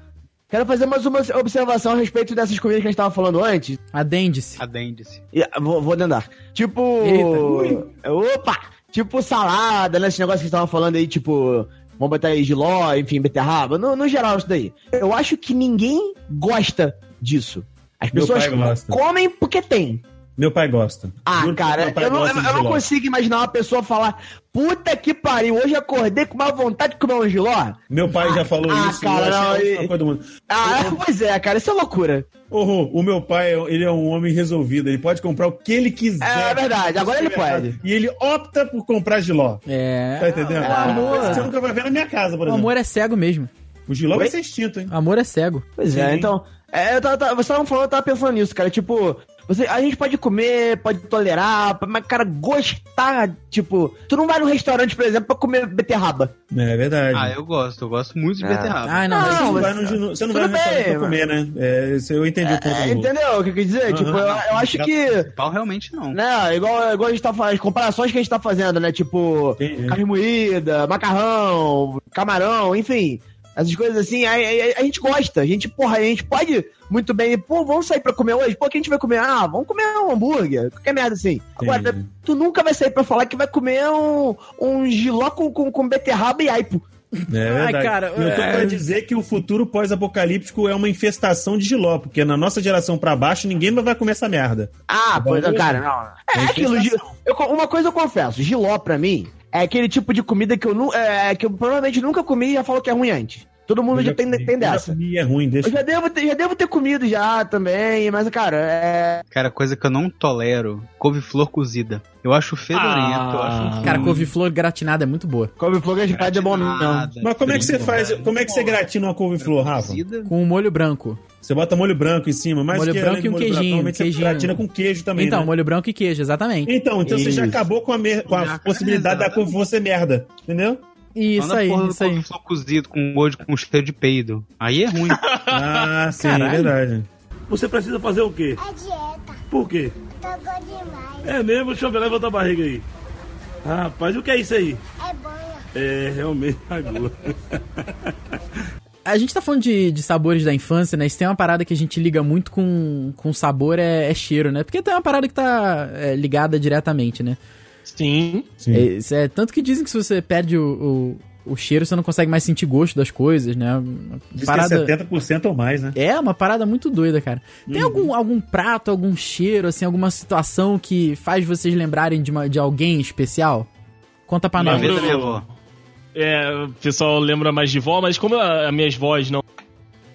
S4: Quero fazer mais uma observação a respeito dessas comidas que a gente tava falando antes.
S2: Adende-se.
S6: Adende-se.
S5: É.
S4: E, ah, vou, vou dendar. Tipo.
S2: Eita.
S4: Opa! Tipo salada, né? Esse negócio que vocês estavam falando aí, tipo. Vamos botar aí giló, enfim, beterraba. No, no geral, isso daí. Eu acho que ninguém gosta disso. As
S5: Meu
S4: pessoas
S5: pai gosta.
S4: comem porque tem.
S5: Meu pai gosta.
S4: Ah,
S5: Juro que
S4: cara,
S5: meu pai
S4: eu não, eu
S5: gosta de
S4: não
S5: giló.
S4: consigo imaginar uma pessoa falar: puta que pariu, hoje acordei com uma vontade de comer um giló.
S5: Meu pai já falou
S4: Ah,
S5: isso.
S4: cara,
S5: eu acho
S4: não,
S5: que é a última
S4: e-
S5: coisa do mundo.
S4: Ah, pois é, cara, isso é loucura.
S5: Horror, o meu pai, ele é um homem resolvido. Ele pode comprar o que ele quiser.
S4: É verdade, agora ele pode.
S5: E ele opta por comprar giló.
S2: É.
S5: Tá entendendo?
S2: o amor-
S5: Você nunca vai ver na minha casa, por
S2: O
S5: exemplo.
S2: amor é cego mesmo.
S5: O giló
S4: Oi?
S5: vai ser extinto, hein?
S2: O amor é cego.
S4: Pois é,
S5: Sim.
S4: então. É, eu tava, tava- vocês estavam falando, eu tava pensando nisso, cara. Tipo, Você, a gente pode comer, pode tolerar, mas, cara, gostar, tipo... Tu não vai num restaurante, por exemplo, pra comer beterraba.
S5: É verdade.
S6: Ah, eu gosto, eu gosto muito de
S5: É.
S4: Ah.
S6: beterraba.
S2: Ai, não,
S4: Não,
S2: mas-
S5: Você não
S4: mas-
S5: vai no ginu- você não
S4: tudo
S5: vai no restaurante
S4: bem,
S5: pra comer, né? É, isso eu entendi o ponto
S4: É,
S5: do Lu.
S4: entendeu o que eu quis dizer?
S5: Aham.
S4: Tipo, eu, eu acho que...
S5: Ah,
S6: Pau realmente não.
S4: Né, igual, igual a gente tá falando, as comparações que a gente tá fazendo, né? Tipo,
S5: Entendi.
S4: carne moída, macarrão, camarão, enfim. Essas coisas assim, a, a, a gente gosta. A gente, porra, a gente pode muito bem, pô, vamos sair pra comer hoje? Pô, o que a gente vai comer? Ah, vamos comer um hambúrguer, qualquer merda assim. Agora,
S5: Entendi.
S4: tu nunca vai sair pra falar que vai comer um, um giló com, com, com beterraba e aipo.
S5: É
S2: Ai,
S5: verdade.
S2: cara,
S5: eu tô
S2: é.
S5: pra dizer que o futuro pós-apocalíptico é uma infestação de giló, porque na nossa geração pra baixo ninguém vai comer essa merda.
S4: Ah,
S5: Bom,
S4: pois é,
S5: eu-
S4: cara, não. É,
S5: Tem
S4: aquilo,
S5: sensação.
S4: giló- eu co- uma coisa eu confesso, giló pra mim é aquele tipo de comida que eu, nu, é, que eu provavelmente nunca comi e já falou que é ruim antes. Todo mundo
S5: Eu
S4: já,
S5: já
S4: tem,
S5: comi,
S4: tem
S5: eu já
S4: dessa.
S5: comi, é ruim, deixa.
S4: Eu já devo, ter, já devo ter comido já também, mas, cara, é.
S6: Cara, coisa que eu não tolero, couve-flor cozida. Eu acho fedorento, eu acho... um
S2: Cara, couve-flor gratinada é muito boa.
S4: Come fogo de é bom, não.
S6: Nada,
S5: Mas como é que você
S6: frito,
S5: faz?
S6: nada.
S5: Como é que você gratina uma couve-flor, Rafa?
S6: Cozida?
S2: Com um molho branco.
S5: Você bota molho branco em cima, mas
S2: Molho
S5: que
S2: branco
S5: além do
S2: e um
S5: molho
S2: queijinho,
S5: normalmente
S2: queijinho.
S5: você gratina com queijo também.
S2: então,
S5: né?
S2: molho branco e queijo, exatamente.
S5: Então, então você já
S4: Isso.
S5: acabou com a, mer- com a
S6: Já,
S5: possibilidade
S4: Ah,
S5: da
S6: exatamente.
S5: couve-flor ser merda, entendeu?
S2: Isso
S6: Manda
S2: aí,
S6: porra do
S2: isso aí.
S6: couve-flor cozido com molho com cheiro de peido. Aí é ruim.
S5: Ah, sim,
S2: Caralho.
S5: é verdade.
S10: Você precisa fazer o quê?
S8: É dieta.
S10: Por quê?
S8: Tocou demais.
S10: É mesmo, deixa eu ver, levanta a barriga aí. Rapaz, o que é isso aí?
S8: É banha.
S10: É, realmente, agora.
S2: A gente tá falando de, de sabores da infância, né? Se tem uma parada que a gente liga muito com, com sabor, é, é cheiro, né? Porque tem uma parada que tá é, ligada diretamente, né?
S3: Sim.
S5: Sim.
S2: É, isso é- tanto que dizem que se você perde o, o, o cheiro, você não consegue mais sentir gosto das coisas, né? Uma
S5: Diz
S2: Parada...
S5: que é 70% ou mais, né?
S2: É, uma parada muito doida, cara.
S4: Uhum.
S2: Tem algum, algum prato, algum cheiro, assim, alguma situação que faz vocês lembrarem de, uma- de alguém especial? Conta pra
S6: Uma
S2: nós.
S6: vez
S3: Lembro-
S6: da minha avó.
S3: É, o pessoal lembra mais de vó, mas como a- as minhas vós não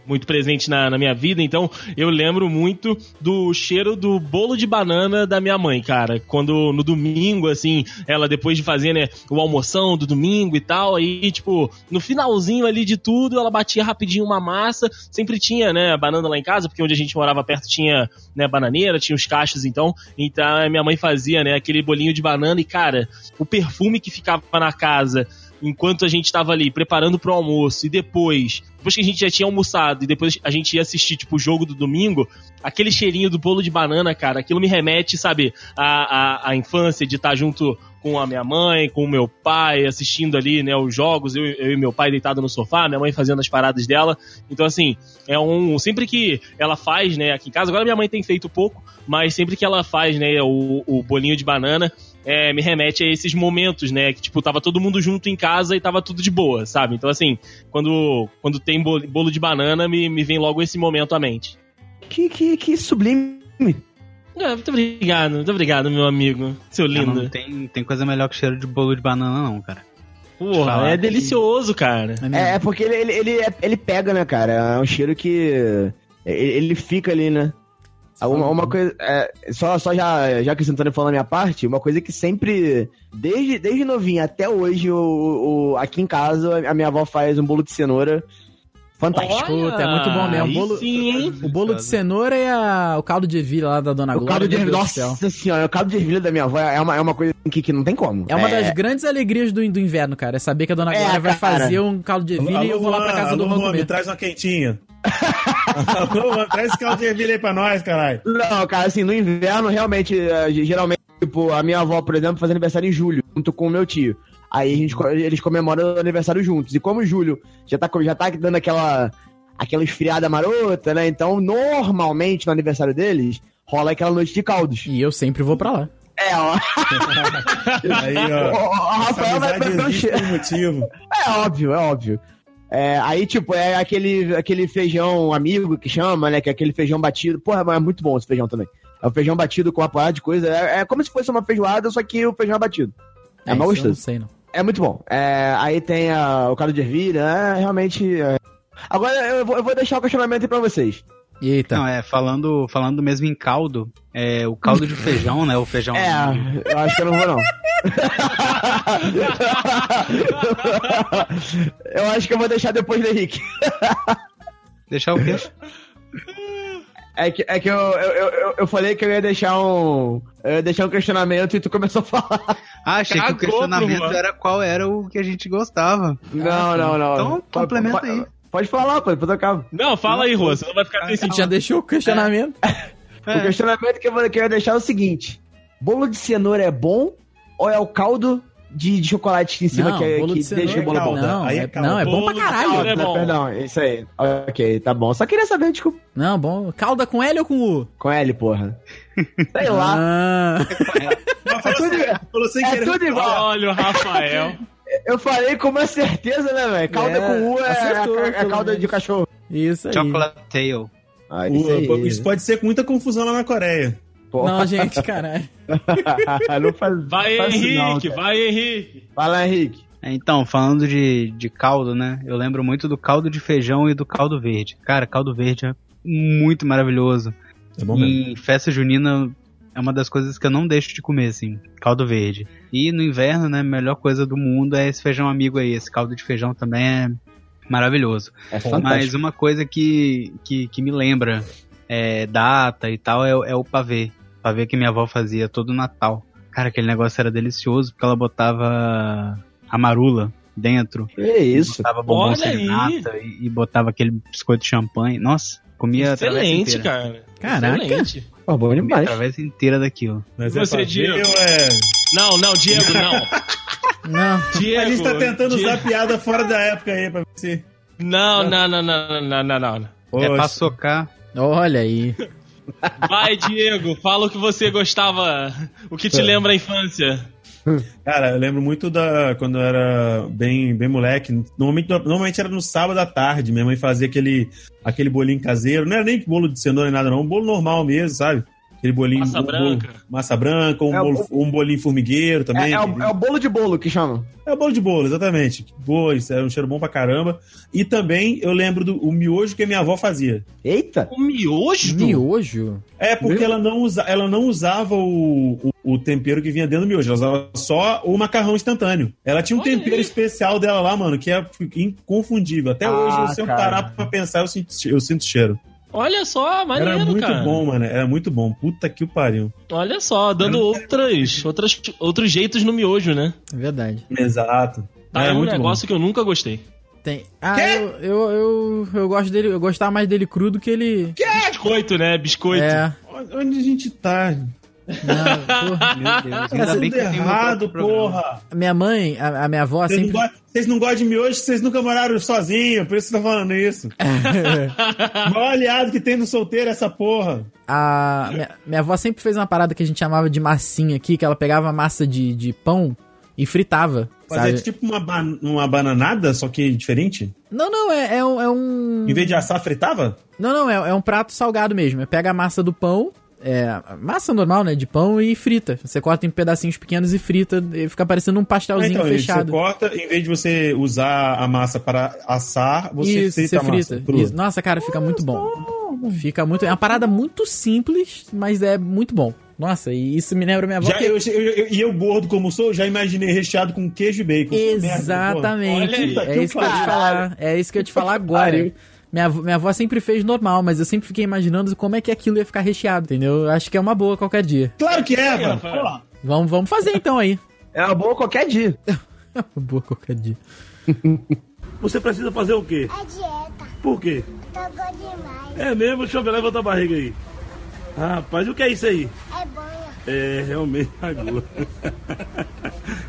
S3: muito presente na, na minha vida, então eu lembro muito do cheiro do bolo de banana da minha mãe, cara. Quando no domingo, assim, ela depois de fazer, né, o almoção do domingo e tal, aí, tipo, no finalzinho ali de tudo, ela batia rapidinho uma massa, sempre tinha, né, banana lá em casa, porque onde a gente morava perto tinha, né, bananeira, tinha os cachos, então, então a minha mãe fazia, né, aquele bolinho de banana e, cara, o perfume que ficava na casa enquanto a gente tava ali preparando pro almoço e depois, depois que a gente já tinha almoçado e depois a gente ia assistir tipo o jogo do domingo, aquele cheirinho do bolo de banana, cara, aquilo me remete, sabe, à, à, à infância de estar junto com a minha mãe, com o meu pai, assistindo ali, né, os jogos, eu, eu e meu pai deitado no sofá, minha mãe fazendo as paradas dela. Então, assim, é um. Sempre que ela faz, né, aqui em casa, agora minha mãe tem feito pouco, mas sempre que ela faz, né, o, o bolinho de banana, é, me remete a esses momentos, né? Que, tipo, tava todo mundo junto em casa e tava tudo de boa, sabe? Então, assim, quando, quando tem bolo, bolo de banana, me, me vem logo esse momento à mente.
S4: Que, que, que sublime.
S3: Ah, muito obrigado, muito obrigado, meu amigo. Seu
S6: Cara,
S3: lindo.
S6: Não tem, não tem coisa melhor que cheiro de bolo de banana, não, cara.
S3: Porra,
S6: falar
S3: é
S6: que-
S3: delicioso, cara.
S2: É mesmo.
S4: É, é porque ele, ele, ele, ele pega, né, cara? É um cheiro que. Ele, ele fica ali, né? Uma,
S2: um-
S4: uma coisa. é, só só já, já acrescentando e falando a minha parte, uma coisa que sempre. Desde, desde novinho até hoje, o, o- aqui em casa, a minha avó faz um bolo de cenoura fantástico.
S2: Puta, é muito bom mesmo.
S3: Aí
S2: Bolo-
S3: Sim, hein?
S6: é
S2: O bolo de cenoura e a- o caldo de ervilha lá da Dona
S4: O
S2: Glória.
S4: caldo de
S2: meu
S4: ervilha,
S2: Deus do céu.
S4: nossa senhora, o caldo de ervilha da minha avó é uma, é uma coisa que, que não tem como.
S2: É uma das grandes alegrias do, do inverno, cara. É saber que a Dona
S4: É,
S2: Glória vai
S4: cara.
S2: fazer um caldo de ervilha e eu vou lá pra casa do
S5: alô, tá-
S2: Juan
S5: Juan, me
S2: comer.
S5: traz uma quentinha. alô, Juan, traz esse caldo de ervilha aí pra nós, caralho.
S4: Não, cara, assim, no inverno, realmente, eh, geralmente, tipo, a minha avó, por exemplo, faz aniversário em julho, junto com o meu tio. Aí a gente, co- eles comemoram o aniversário juntos. E como julho já tá, co- já tá dando aquela, aquela esfriada marota, né? Então, normalmente, no aniversário deles, rola aquela noite de caldos.
S2: E eu sempre vou pra lá.
S4: É, ó.
S5: Aí, ó.
S4: o, o-
S5: É. essa
S4: o Rafael vai
S5: amizade
S4: pra
S5: existe por um motivo.
S4: É óbvio, é óbvio. É, aí, tipo, é aquele, aquele feijão amigo que chama, né? Que é aquele feijão batido. Porra, mas é muito bom esse feijão também. É o feijão batido com uma parada de coisa. É, é como se fosse uma feijoada, só que o feijão é batido.
S2: isso eu
S4: É, mais
S2: não
S4: gostoso.
S2: sei, não.
S4: É muito bom. É, aí tem a- o caldo de ervilha, é, realmente. é. Agora eu vou, eu vou deixar o questionamento aí pra vocês.
S2: Eita.
S6: Não, é, falando, falando mesmo em caldo, é, o caldo de feijão, né? O feijão.
S4: É, eu acho que eu não vou, não. eu acho que eu vou deixar depois do Henrique.
S6: Deixar o quê?
S4: É que, é que eu, eu, eu, eu falei que eu ia deixar um. Eu ia deixar um questionamento e tu começou a falar.
S6: Ah, achei
S3: Cagou
S6: que o
S3: pro
S6: questionamento
S3: Luan.
S6: era qual era o que a gente gostava.
S4: Não, não, não.
S6: Então,
S4: Pode-
S6: complementa
S4: pode-
S6: aí.
S4: Pode falar, pô, depois eu acabo.
S3: Não, fala aí, Rô, você não vai ficar sem
S2: Ele
S3: sentido.
S2: já deixou o questionamento.
S6: É.
S4: O questionamento que eu, vou- que eu ia deixar é o seguinte: bolo de cenoura é bom ou é o caldo de, de chocolate em cima
S2: Não,
S4: que, é-
S2: bolo
S4: que
S2: de cenoura
S4: deixa o
S5: é
S4: bolo bom?
S5: caldo.
S2: Não,
S5: Aí
S2: é,
S5: é caldo.
S2: não, é bom pra
S3: Bolo de caldo
S2: caralho.
S3: é bom.
S4: Perdão, isso aí. Ok, tá bom. Só queria saber, desculpa.
S2: Não, bom. Calda com L ou com U?
S4: Com L, porra. Sei lá.
S2: Ah,
S4: É tudo,
S5: Falou sem
S4: é
S5: querer.
S4: tudo igual.
S3: Olha o Rafael.
S4: Eu falei com uma certeza, né, velho? Calda
S2: É,
S4: com U é,
S2: acertou,
S4: é,
S2: pelo
S4: calda de
S2: menos.
S4: cachorro.
S2: isso aí.
S6: Chocolate Tail.
S4: Ah,
S5: O- isso pode ser com muita confusão lá na Coreia.
S4: Porra.
S2: Não, gente, caralho.
S4: Não faz-
S3: Vai,
S4: faz isso não,
S3: Henrique,
S4: cara.
S3: vai, Henrique.
S4: Fala, Henrique.
S6: Então, falando de, de caldo, né? Eu lembro muito do caldo de feijão e do caldo verde. Cara, caldo verde é muito maravilhoso.
S5: É
S6: Hum,
S5: bom mesmo.
S6: Em festa junina é uma das coisas que eu não deixo de comer, assim, caldo verde. E no inverno, né, a melhor coisa do mundo é esse feijão amigo aí. Esse caldo de feijão também é maravilhoso.
S4: É
S6: Mas
S4: fantástico.
S6: uma coisa que, que, que me lembra é, data e tal é, o- é o pavê. Pavê que minha avó fazia todo Natal. Cara, aquele negócio era delicioso porque ela botava a marula dentro.
S4: É isso.
S6: Botava bombom
S3: Olha
S6: sem
S3: aí.
S6: nata e, e botava aquele biscoito de champanhe. Nossa, comia a travessa
S3: Excelente,
S6: é inteira.
S3: cara.
S2: Caraca.
S3: Excelente.
S4: Pô, bom
S6: Comia a
S4: demais.
S6: travessa inteira daquilo.
S5: Mas
S3: Você,
S5: pavê
S3: Diego?
S5: ou é...
S3: Não, não, Diego, não.
S2: Não.
S3: Diego,
S5: A gente tá tentando
S3: Diego.
S5: usar piada fora da época aí pra ver se.
S3: Não, não, não, não, não, não, não, não.
S6: É pra
S5: Poxa.
S6: socar.
S2: Olha aí.
S3: Vai, Diego, fala o que você gostava, o que te
S5: É.
S3: lembra a infância.
S5: Cara, eu lembro muito da quando eu era bem, bem moleque. Normalmente, normalmente era no sábado à tarde. Minha mãe fazia aquele, aquele bolinho caseiro. Não era nem bolo de cenoura nem nada, não. Um bolo normal mesmo, sabe? Aquele bolinho.
S3: Massa
S5: um bolo-
S3: branca.
S5: massa branca, um,
S4: É o
S5: bolo- um bolinho formigueiro
S4: É,
S5: também.
S4: é o, é o bolo de bolo que chamam.
S5: É o bolo de bolo, exatamente. Boa, isso era um cheiro bom pra caramba. E também eu lembro do o miojo que a minha avó fazia.
S4: Eita.
S3: O miojo?
S2: Miojo?
S5: É porque ela não, usa, ela não usava o, o, o tempero que vinha dentro do miojo, ela usava só o macarrão instantâneo. Ela tinha um
S3: Olha
S5: tempero
S3: aí.
S5: especial dela lá, mano, que é inconfundível. Até
S4: Ah,
S5: hoje, se eu
S4: cara.
S5: parar pra pensar, eu sinto, eu sinto cheiro.
S3: Olha só, maneiro,
S5: era muito
S3: cara.
S5: bom, mano. Era muito bom. Puta que o pariu.
S3: Olha só, dando outras, outras, outros jeitos no miojo, né?
S2: É Verdade.
S5: Exato.
S3: Ah,
S5: era
S3: é um
S5: muito
S3: negócio que eu nunca gostei.
S2: Tem. Ah, eu, eu, eu, eu gosto dele. Eu gostava mais dele crudo que ele.
S3: Biscoito, né? Biscoito.
S2: É.
S5: bom. Onde a gente tá?
S2: Não, porra.
S6: Meu
S5: Tá
S6: Deus. Ainda bem
S5: tudo
S6: que eu tenho meu
S5: errado,
S6: próprio programa.
S5: porra.
S2: Minha mãe, a, a minha avó
S5: Vocês,
S2: sempre.
S5: não gostam, vocês não gostam de miojo, vocês nunca moraram sozinho, por isso que você tá falando isso. O maior aliado que tem no solteiro é essa porra.
S2: A, minha, minha avó sempre fez uma parada que a gente chamava de massinha aqui, que ela pegava massa de, de pão e fritava.
S5: Fazer
S2: Sabe?
S5: tipo uma, ba- uma bananada, só que diferente.
S2: Não, não, é, é um. é um-
S5: Em vez de assar, fritava?
S2: Não, não, é, é um prato salgado mesmo. É pega a massa do pão, é, a massa normal, né, de pão e frita. Você corta em pedacinhos pequenos e frita, e fica parecendo um
S5: Ah,
S2: pastelzinho
S5: então, você
S2: fechado.
S5: corta, em vez de você usar a massa para assar, você
S2: Isso,
S5: frita
S2: você
S5: a massa.
S2: frita.
S5: crua.
S2: Isso. Nossa, cara, fica muito bom. Fica muito. É uma parada muito simples, mas é muito bom. Nossa, e isso me lembra minha avó.
S5: Já,
S2: que-
S5: eu, eu- eu- e eu, gordo como sou, já imaginei recheado com queijo e bacon.
S2: Exatamente.
S3: Olha aí.
S5: Puta
S2: é
S5: que
S2: isso que eu ia te
S5: pariu.
S2: falar. É isso que eu ia te falar agora.
S4: pariu.
S2: Minha, avó- minha avó sempre fez normal, mas eu sempre fiquei imaginando como é que aquilo ia ficar recheado, entendeu? Eu Acho que é uma boa qualquer dia.
S5: Claro que é,
S3: Aí,
S5: mano.
S3: Rafael.
S5: Pô,
S2: Vamos, vamos fazer então aí.
S4: É uma boa qualquer dia.
S2: É uma boa qualquer dia.
S11: Você precisa fazer o quê?
S8: A é dieta.
S11: Por quê?
S8: Tocou demais.
S11: É mesmo? Deixa eu ver, levanta a barriga aí. Rapaz, o que é isso aí?
S8: É banha.
S11: É, realmente, agora.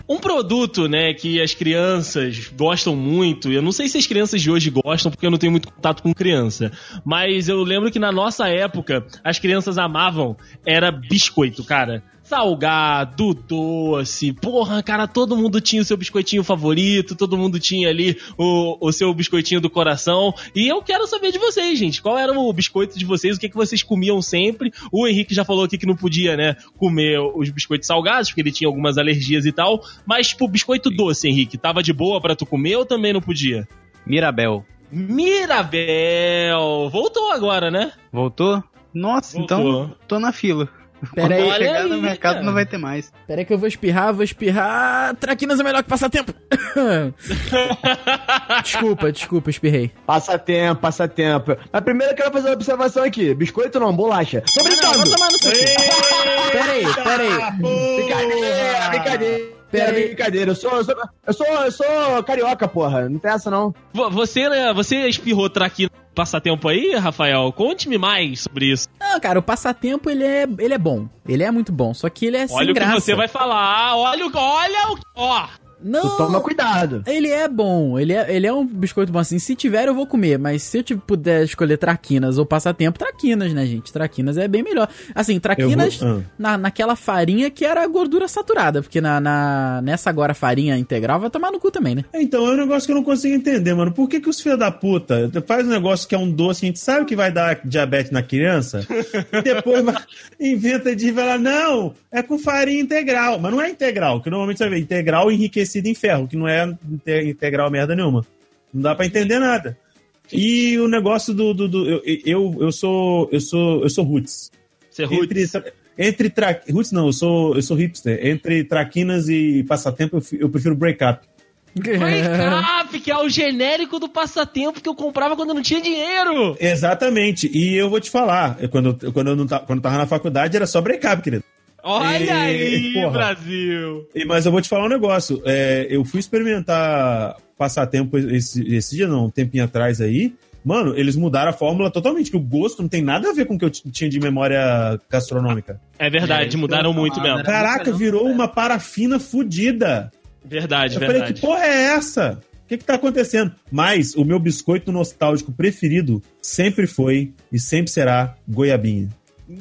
S3: Um produto, né, que as crianças gostam muito, eu não sei se as crianças de hoje gostam, porque eu não tenho muito contato com criança, mas eu lembro que na nossa época, as crianças amavam, era biscoito, cara. Salgado, doce, porra, cara, todo mundo tinha o seu biscoitinho favorito, todo mundo tinha ali o, o seu biscoitinho do coração. E eu quero saber de vocês, gente, qual era o biscoito de vocês, o que, que vocês comiam sempre. O Henrique já falou aqui que não podia, né, comer os biscoitos salgados, porque ele tinha algumas alergias e tal. Mas, tipo, biscoito doce, Henrique, tava de boa pra tu comer ou também não podia?
S6: Mirabel.
S3: Mirabel! Voltou agora, né?
S6: Voltou? Nossa,
S3: Voltou.
S6: então tô na fila.
S2: Pera aí,
S12: Olha
S6: chegar no
S12: aí,
S6: mercado
S12: cara.
S6: não vai ter mais.
S2: pera aí que eu vou espirrar, vou espirrar. Traquinas é melhor que passatempo. desculpa, desculpa, espirrei.
S4: Passatempo, passatempo. Mas primeiro eu quero fazer uma observação aqui. Biscoito não, bolacha. Tô brincando.
S2: Não, vou tomar no seu cu. Pera aí, pera aí.
S4: Brincadeira, brincadeira.
S2: Pera aí.
S4: brincadeira. Eu sou, eu sou, eu sou, eu sou carioca, porra. Não tem essa, não.
S3: Vo- Você, né, você espirrou traquina no passatempo aí, Rafael? Conte-me mais sobre isso.
S2: Não, cara, o passatempo ele é, ele é bom. Ele é muito bom, só que ele é
S3: olha
S2: sem
S3: o que
S2: graça.
S3: você vai falar. Olha o. Olha o. Ó.
S2: Não,
S4: Tu toma cuidado.
S2: Ele é bom, ele é, ele é um biscoito bom assim. Se tiver, eu vou comer, mas se eu te- puder escolher traquinas ou passatempo, traquinas, né, gente? Traquinas é bem melhor. Assim, traquinas
S5: Eu vou- ah.
S2: na, naquela farinha que era gordura saturada, porque na, na- nessa agora farinha integral vai tomar no cu também, né?
S5: É, Então, é um negócio que eu não consigo entender, mano. Por que, que os filhos da puta faz um negócio que é um doce, que a gente sabe que vai dar diabetes na criança, e depois vai- inventa de falar, não, é com farinha integral. Mas não é integral, que normalmente você vê integral enriquecida em ferro, que não é inte- integral merda nenhuma. Não dá pra entender nada. E o negócio do. do- do- eu, eu, eu sou. Eu sou. Eu sou roots.
S3: Você é
S5: Entre, tra- entre tra- Roots não, eu sou, eu sou hipster. Entre traquinas e passatempo, eu, fi- eu prefiro break-up.
S3: Breakup, que é o genérico do passatempo que eu comprava quando eu não tinha dinheiro.
S5: Exatamente. E eu vou te falar, eu- quando, eu- quando eu não ta- quando eu tava na faculdade era só break-up, querido.
S3: Olha
S5: Ei,
S3: aí,
S5: porra.
S3: Brasil.
S5: E- Mas eu vou te falar um negócio. é, eu fui experimentar passatempo esse, esse dia, não, um tempinho atrás aí. Mano, eles mudaram a fórmula totalmente, que o gosto não tem nada a ver com o que eu t- tinha de memória gastronômica.
S3: É verdade,
S6: É, isso
S3: mudaram
S6: que eu ia
S3: muito
S6: falar,
S3: mesmo.
S6: né?
S5: Caraca,
S6: não,
S5: virou
S6: cara.
S5: uma parafina fodida.
S3: Verdade,
S5: Eu falei,
S3: verdade.
S5: que porra é essa? O que, que tá acontecendo? Mas o meu biscoito nostálgico preferido sempre foi e sempre será goiabinha.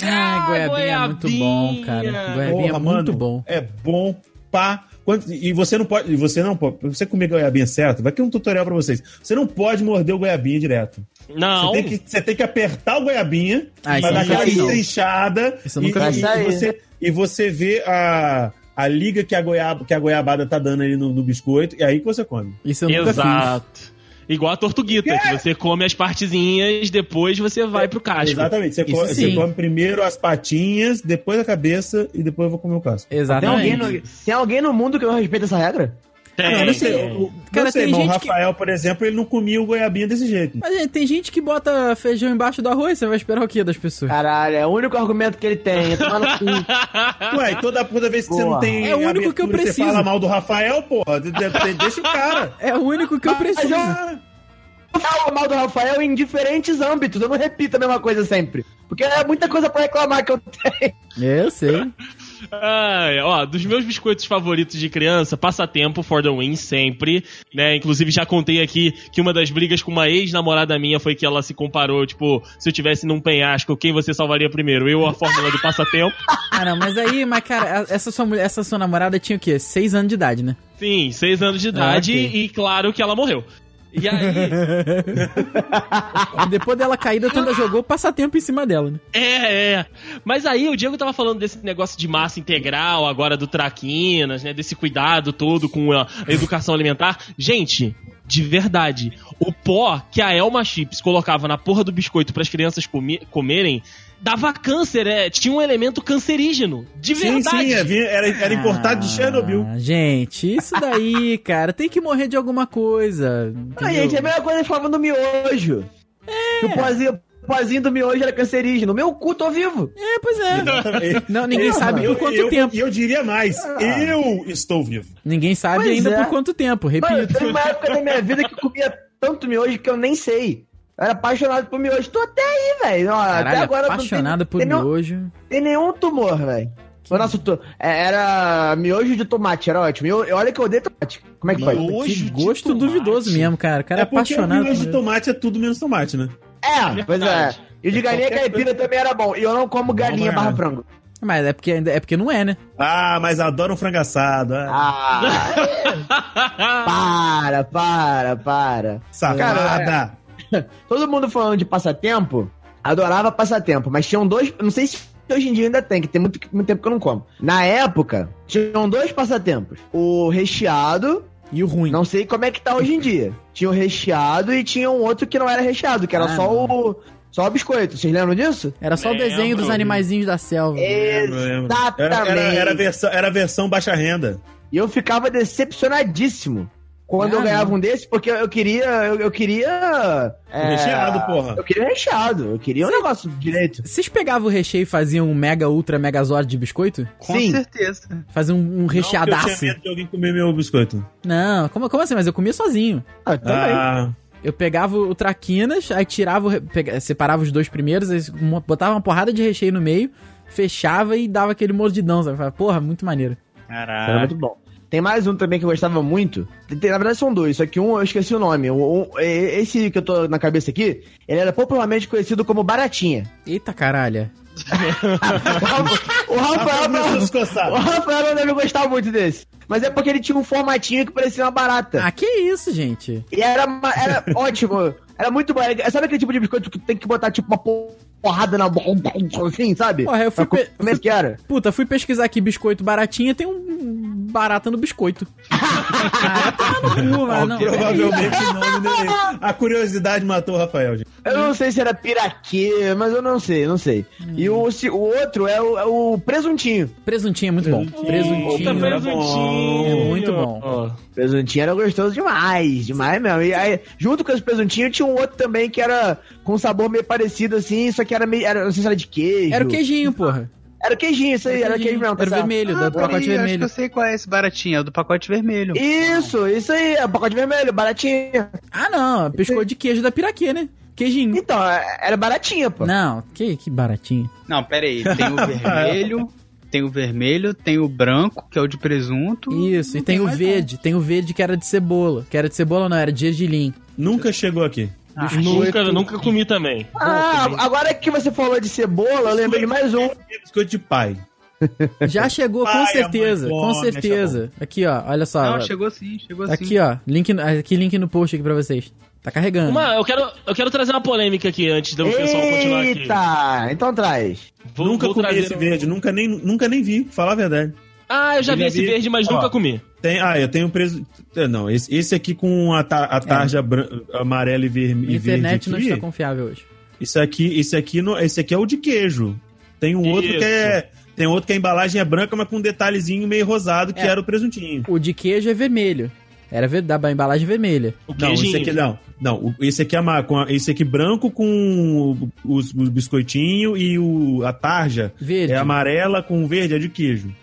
S2: Ai,
S3: Ah,
S2: goiabinha, é muito bom, cara. Goiabinha é muito
S5: Porra, mano,
S2: bom.
S5: É bom pá. Quanto- e você não pode. e Você não pode. pra Você comer goiabinha certo? Vai ter um tutorial pra vocês. Você não pode morder o goiabinha direto.
S3: Não,
S5: Você, tem que, um você tem que apertar o goiabinha
S2: Ah, isso
S5: pra dar
S2: eu nunca
S5: aquela
S4: fiz, não.
S5: estrinchada.
S2: Isso eu
S5: e,
S2: nunca
S5: e-
S4: fiz.
S5: e
S4: Aí.
S5: você, e você vê a, a liga que a, goiaba, que a goiabada tá dando ali no, no biscoito. E aí que você come.
S2: Isso eu nunca fiz.
S3: exato. Igual a tortuguita,
S5: É.
S3: que você come as partezinhas, depois você vai pro casco.
S5: Exatamente. Você,
S2: Isso
S5: come, você
S2: sim.
S5: come primeiro as patinhas, depois a cabeça e depois eu vou comer o casco.
S4: Tem
S2: Exatamente.
S4: alguém, no, tem alguém no mundo que não respeita essa regra?
S3: Tem.
S5: Ah, Não, não sei. O,
S2: É, Cara,
S5: não sei,
S2: tem
S5: irmão. O
S2: gente que-
S5: Rafael, por exemplo, ele não comia o goiabinha desse jeito.
S2: Mas, gente, tem gente que bota feijão embaixo do arroz, você vai esperar o quê das pessoas?
S4: Caralho, é o único argumento que ele tem. É tomar no cu.
S5: Ué, toda, toda vez que você
S4: Boa.
S5: não tem.
S2: É o único que eu preciso.
S5: Você fala mal do Rafael, porra. De- de- de- deixa o cara.
S2: É o único que eu preciso.
S5: Ah,
S4: Eu falo mal do Tá, Rafael em diferentes âmbitos. Eu não repito a mesma coisa sempre. Porque é muita coisa pra reclamar que eu tenho.
S2: Eu sei.
S3: Ai, ó, dos meus biscoitos favoritos de criança, passatempo for the win sempre, né? Inclusive já contei aqui que uma das brigas com uma ex-namorada minha foi que ela se comparou, tipo, se eu tivesse num penhasco, quem você salvaria primeiro? Eu ou a fórmula do passatempo?
S2: Ah, não, mas aí, mas cara, a- essa sua, mulher- essa sua namorada tinha o quê? Seis anos de idade, né?
S3: Sim, seis anos de idade
S2: Ah, ok.
S3: e claro que ela morreu. E aí,
S2: E depois dela caída, tu ainda jogou passatempo em cima dela, né?
S3: é, é. Mas aí o Diego tava falando desse negócio de massa integral, agora do traquinas, né? Desse cuidado todo com a educação alimentar. Gente, de verdade, o pó que a Elma Chips colocava na porra do biscoito pras crianças comi- comerem dava câncer, é, tinha um elemento cancerígeno. De
S5: Sim,
S3: verdade.
S5: sim, é, vinha- era, era importado de Chernobyl.
S2: Ah, gente, isso daí, cara, tem que morrer de alguma coisa. entendeu?
S4: Ai, gente, é a mesma coisa que falava do miojo. Que o pozinho, o pozinho do miojo era cancerígeno. Meu cu, tô vivo.
S2: É, pois é.
S5: Exatamente.
S2: Não, ninguém
S5: Eu-
S2: sabe
S5: eu-
S2: Ah. por quanto
S5: eu-
S2: tempo. Ah.
S5: E eu, diria mais: eu estou vivo.
S2: Ninguém sabe
S4: Pois
S2: ainda
S4: é.
S2: por quanto tempo,
S4: Mano,
S2: repito.
S4: teve uma época da minha vida que eu comia tanto miojo que eu nem sei. Eu era apaixonado por miojo. Tô até aí, velho. Ó, Até
S2: Caralho,
S4: agora eu não
S2: apaixonada
S4: tenho-
S2: por
S4: tem nenhum-
S2: miojo.
S4: Tem nenhum tumor, velho. O nosso tu... é, era miojo de tomate, era ótimo. E eu- eu- olha que eu odeio tomate. Como é que foi?
S3: Miojo
S2: que
S3: de
S2: gosto
S3: tomate.
S2: duvidoso mesmo, cara. O cara é
S5: é porque o
S2: apaixonado. por
S5: milho de
S2: miojo.
S5: tomate é tudo menos tomate, né?
S4: É, pois é.
S3: Verdade.
S4: E o de galinha
S5: qualquer
S4: caipira também era bom. E eu não como galinha
S5: é.
S4: barra frango.
S2: Mas é porque, ainda- é porque não é, né?
S5: Ah, mas adoro um frango assado. Ah,
S4: Ah, para, para, para.
S5: safada.
S4: Todo mundo falando de passatempo, adorava passatempo, mas tinham dois. Não sei se hoje em dia ainda tem, que tem muito, muito tempo que eu não como. Na época, tinham dois passatempos: o recheado,
S2: E o ruim.
S4: não sei como é que tá hoje em dia. Tinha o recheado e tinha um outro que não era recheado, que era
S2: Ah,
S4: só
S2: não.
S4: o. Só biscoito, vocês lembram disso?
S2: Era só o
S9: Lembro.
S2: desenho dos animaizinhos da selva.
S4: É,
S5: Lembro, lembro. Era, era, era, a versão, era a versão baixa renda.
S4: E eu ficava decepcionadíssimo quando
S2: Ah,
S4: eu ganhava
S2: não.
S4: um desse, porque eu queria. Eu, eu queria. é,
S5: Um Recheado, porra.
S4: Eu queria recheado. Eu queria um
S2: Sim.
S4: negócio direito.
S2: Vocês pegavam o recheio e faziam um mega, ultra, megazord de biscoito?
S6: Com
S4: Sim.
S6: certeza.
S2: Faziam um, um
S5: Não, porque Eu
S2: recheadaço?
S5: tinha medo de alguém comer meu biscoito.
S2: Não, como, como assim? Mas eu comia sozinho.
S4: Ah, também.
S5: Ah,
S2: Eu pegava o traquinas, aí tirava, o re- pega- separava os dois primeiros, aí uma- botava uma porrada de recheio no meio, fechava e dava aquele mordidão, sabe? Falava, Porra, muito maneiro.
S4: Era
S5: caralho.
S4: muito bom. Tem mais um também que eu gostava muito. Tem- tem- na verdade são dois, só que um eu esqueci o nome. O- o- e- esse que eu tô na cabeça aqui, ele era popularmente conhecido como Baratinha.
S2: Eita caralho.
S4: O Rafa- o Rafael,
S5: Começou a
S4: não-
S5: descoçar.
S4: o Rafael não deve gostar muito desse. Mas é porque ele tinha um formatinho que parecia uma barata.
S2: Ah, que isso, gente?
S4: E era, uma- era ótimo. Era muito bom. Era- Sabe aquele tipo de biscoito que tem que botar tipo uma porrada na boca, assim, sabe?
S2: Porra, eu fui
S4: Como
S2: pe-
S4: é que era?
S2: Puta, fui pesquisar aqui biscoito baratinha, tem um barata no biscoito. ah, tá no cu, mano.
S5: Provavelmente não. né? A curiosidade matou o Rafael, gente.
S4: Eu não sei se era piraquê, mas eu não sei, não sei.
S2: Hum.
S4: E o, se- o outro é o, é o presuntinho.
S2: Presuntinho é muito bom.
S9: Puta,
S2: Presuntinho.
S9: presuntinho.
S2: É muito bom.
S9: Ó.
S4: Presuntinho era gostoso demais, demais mesmo. E aí, junto com esse presuntinho, tinha um outro também que era com um sabor meio parecido assim, só que era meio. Era, não sei se era de queijo.
S2: Era o
S5: Ah,
S2: queijinho, porra.
S4: Era o queijinho, isso aí, era, o queijo mesmo.
S2: Era
S4: tá certo.
S2: vermelho, do pacote
S6: Ah, eu acho que
S2: vermelho.
S6: eu sei qual é esse baratinho, é o do pacote vermelho.
S4: Isso, isso aí, é o pacote vermelho, baratinho.
S2: Ah, não. Pescoço de queijo da piraquê, né? Queijinho.
S4: Então, é- era baratinha, pô.
S2: Não, que, que baratinho.
S6: Não, pera aí, tem o vermelho, tem o vermelho, tem o branco, que é o de presunto.
S2: Isso, e
S6: Não
S2: tem o
S6: mais
S2: verde. Tem o verde que era de cebola. Que era de cebola, não, era de gergelim.
S5: Nunca chegou aqui.
S6: Ah,
S9: Nunca, nunca comi também.
S4: Ah, agora que você falou de cebola, eu lembrei de mais um.
S5: Biscoito de pai.
S2: Já chegou,
S5: Pai,
S2: com certeza.
S5: é muito
S2: Com
S5: bom,
S2: certeza. Aqui, ó, olha só.
S6: Não, chegou assim. sim, chegou sim.
S2: aqui, ó. Link, no- aqui, link no post aqui pra vocês. Tá carregando.
S9: Uma, eu, quero, eu quero trazer uma polêmica aqui antes do pessoal continuar aqui.
S4: Eita, então traz.
S9: Vou-
S5: nunca
S9: vou
S5: comi
S9: trazer
S5: esse
S9: um-
S5: verde, nunca nem, nunca nem vi, falar a verdade.
S9: Ah, eu já
S5: Eu
S9: vi
S5: já
S9: esse
S5: vi.
S9: verde, mas
S5: Ó.
S9: nunca comi.
S5: Tem, ah, eu tenho preso. é, Não, esse, esse aqui com a, ta- a tarja bran- amarela e, ver,
S2: A
S5: e verde.
S2: internet
S5: Aqui,
S2: não está confiável hoje.
S5: Isso aqui, esse aqui, não, esse aqui é o de queijo. Tem um outro
S9: Isso.
S5: que é. Tem outro que a embalagem é branca, mas com um detalhezinho meio rosado, que
S2: É.
S5: era o presuntinho.
S2: O de queijo é vermelho. Era ver- da embalagem vermelha.
S9: O
S5: Não,
S9: queijinho.
S5: esse aqui é não. Não, o- esse aqui é ma- com a- esse aqui branco com o- os, os biscoitinho e o, a tarja
S2: Verde.
S5: é amarela com verde, é de queijo.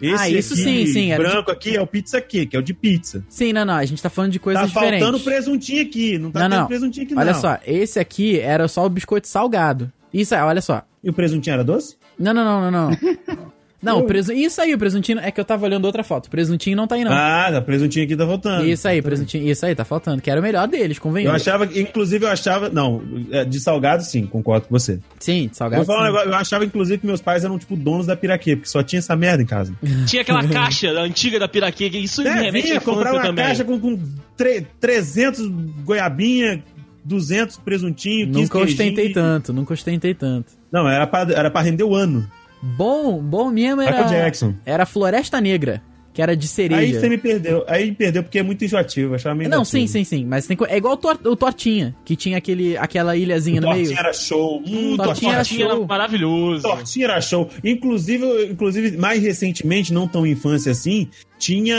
S5: Esse
S2: Ah, isso
S5: aqui,
S2: sim, sim, era de-
S5: branco aqui é o pizza que que é o de pizza.
S2: Sim, não, não. A gente tá falando de coisas
S5: tá
S2: diferentes.
S5: faltando presuntinho aqui, não tá
S2: Não,
S5: tendo
S2: não.
S5: presuntinho aqui
S2: Olha
S5: não.
S2: só, esse aqui era só o biscoito salgado. Isso aí, olha só.
S5: E o presuntinho era doce?
S2: Não, não, não, não, não. Não, o presun... isso aí, o presuntinho. É que eu tava olhando outra foto. O presuntinho não tá aí, não.
S5: Ah, tá, presuntinho aqui tá faltando.
S2: isso aí, presuntinho. Isso aí, tá faltando. Que era o melhor deles,
S5: Eu
S2: convenhamos.
S5: achava, inclusive eu achava, não, é, de salgado sim, concordo com você.
S2: Sim, de salgado.
S5: Vou falar um
S2: sim.
S5: negócio, eu achava inclusive que meus pais eram tipo donos da piraquê, porque só tinha essa merda em casa.
S9: Tinha aquela caixa da antiga da Piraquê, que isso me
S5: É,
S9: remete à
S5: vinha,
S9: infância
S5: comprava uma
S9: também.
S5: caixa com, com tre- 300 goiabinha, 200 presuntinho, 15
S2: Nunca
S5: queijinho.
S2: ostentei tanto, nunca ostentei tanto.
S5: Não, era pra, era pra render o ano.
S2: Bom, bom mesmo era.
S5: Michael Jackson.
S2: Era Floresta Negra, que era de
S5: Aí
S2: cereja.
S5: você me assim. perdeu. Aí me perdeu porque é muito enjoativo, eu achava meio
S2: Não, sim,
S5: enjoativo.
S2: sim, sim. Mas tem co- é igual o, tor- o Tortinha, que tinha aquele, aquela ilhazinha
S5: O
S2: no meio.
S5: tortinho era show. Hum,
S2: Tortinha
S5: tortinha
S2: era
S5: era
S9: Tinha, era
S2: show.
S9: maravilhoso.
S5: Tortinha era show. Inclusive, eu- inclusive, mais recentemente, não tão infância assim, tinha.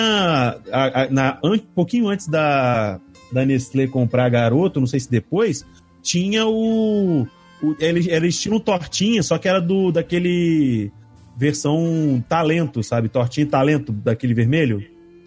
S5: a- a- na, an- um pouquinho antes da, da Nestlé comprar garoto, não sei se depois, tinha o. o ele, era estilo tortinha, só que era do daquele. Versão talento, sabe? Tortinha e talento, daquele vermelho.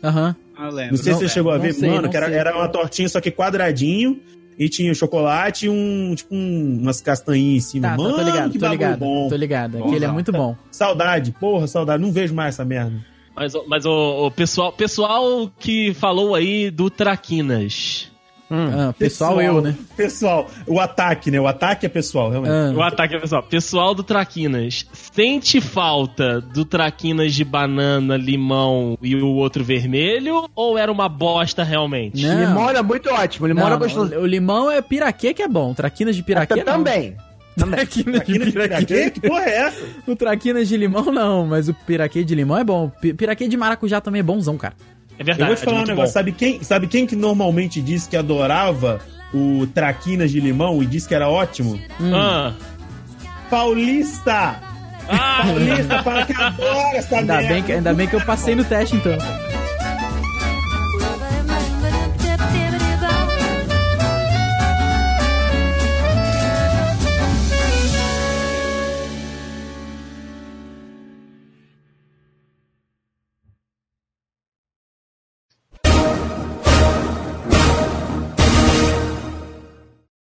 S2: Aham.
S6: Ah, eu
S5: Não
S6: lembro.
S5: sei se você chegou a
S2: não
S5: ver,
S2: sei,
S5: mano,
S2: não
S5: que era,
S2: sei.
S5: era uma tortinha, só que quadradinho. E tinha chocolate e um, tipo, um- umas castanhinhas em cima.
S2: Tá, tá,
S5: mano,
S2: tô ligado,
S5: que
S2: tô
S5: bagulho
S2: ligado.
S5: bom.
S2: Tô ligado.
S5: Bom,
S2: Aquele é
S5: não.
S2: muito bom.
S5: Saudade, porra, saudade. Não vejo mais essa merda.
S9: Mas, o- mas o, o pessoal, pessoal que falou aí do Traquinas.
S2: Ah, pessoal, eu, né?
S5: Pessoal, o ataque, né? O ataque é pessoal, realmente.
S2: Ah.
S9: O ataque, pessoal. Pessoal do Traquinas. Sente falta do Traquinas de banana, limão e o outro vermelho? Ou era uma bosta
S5: Né?
S9: realmente?
S2: Não.
S4: Limão era muito ótimo, limão era
S2: Não,
S4: gostoso.
S2: O limão é piraquê que é bom. Traquinas de piraquê não.
S4: também.
S2: Traquinas de
S5: Aqui no
S2: piraquê.
S5: Piraquê? né? Que porra é essa?
S2: O traquinas de limão não, mas o piraquê de limão é bom. Pi- Piraquê de maracujá também é bonzão, cara.
S9: É
S5: Eu
S9: verdade.
S5: vou te falar um
S9: muito
S5: negócio.
S9: bom.
S5: Sabe quem, sabe quem que normalmente diz que adorava o traquinas de limão e disse que era ótimo?
S9: Ah,
S5: Paulista! Paulista fala que adora essa
S2: Ainda
S5: merda.
S2: bem, que, ainda bem que eu passei no teste, então.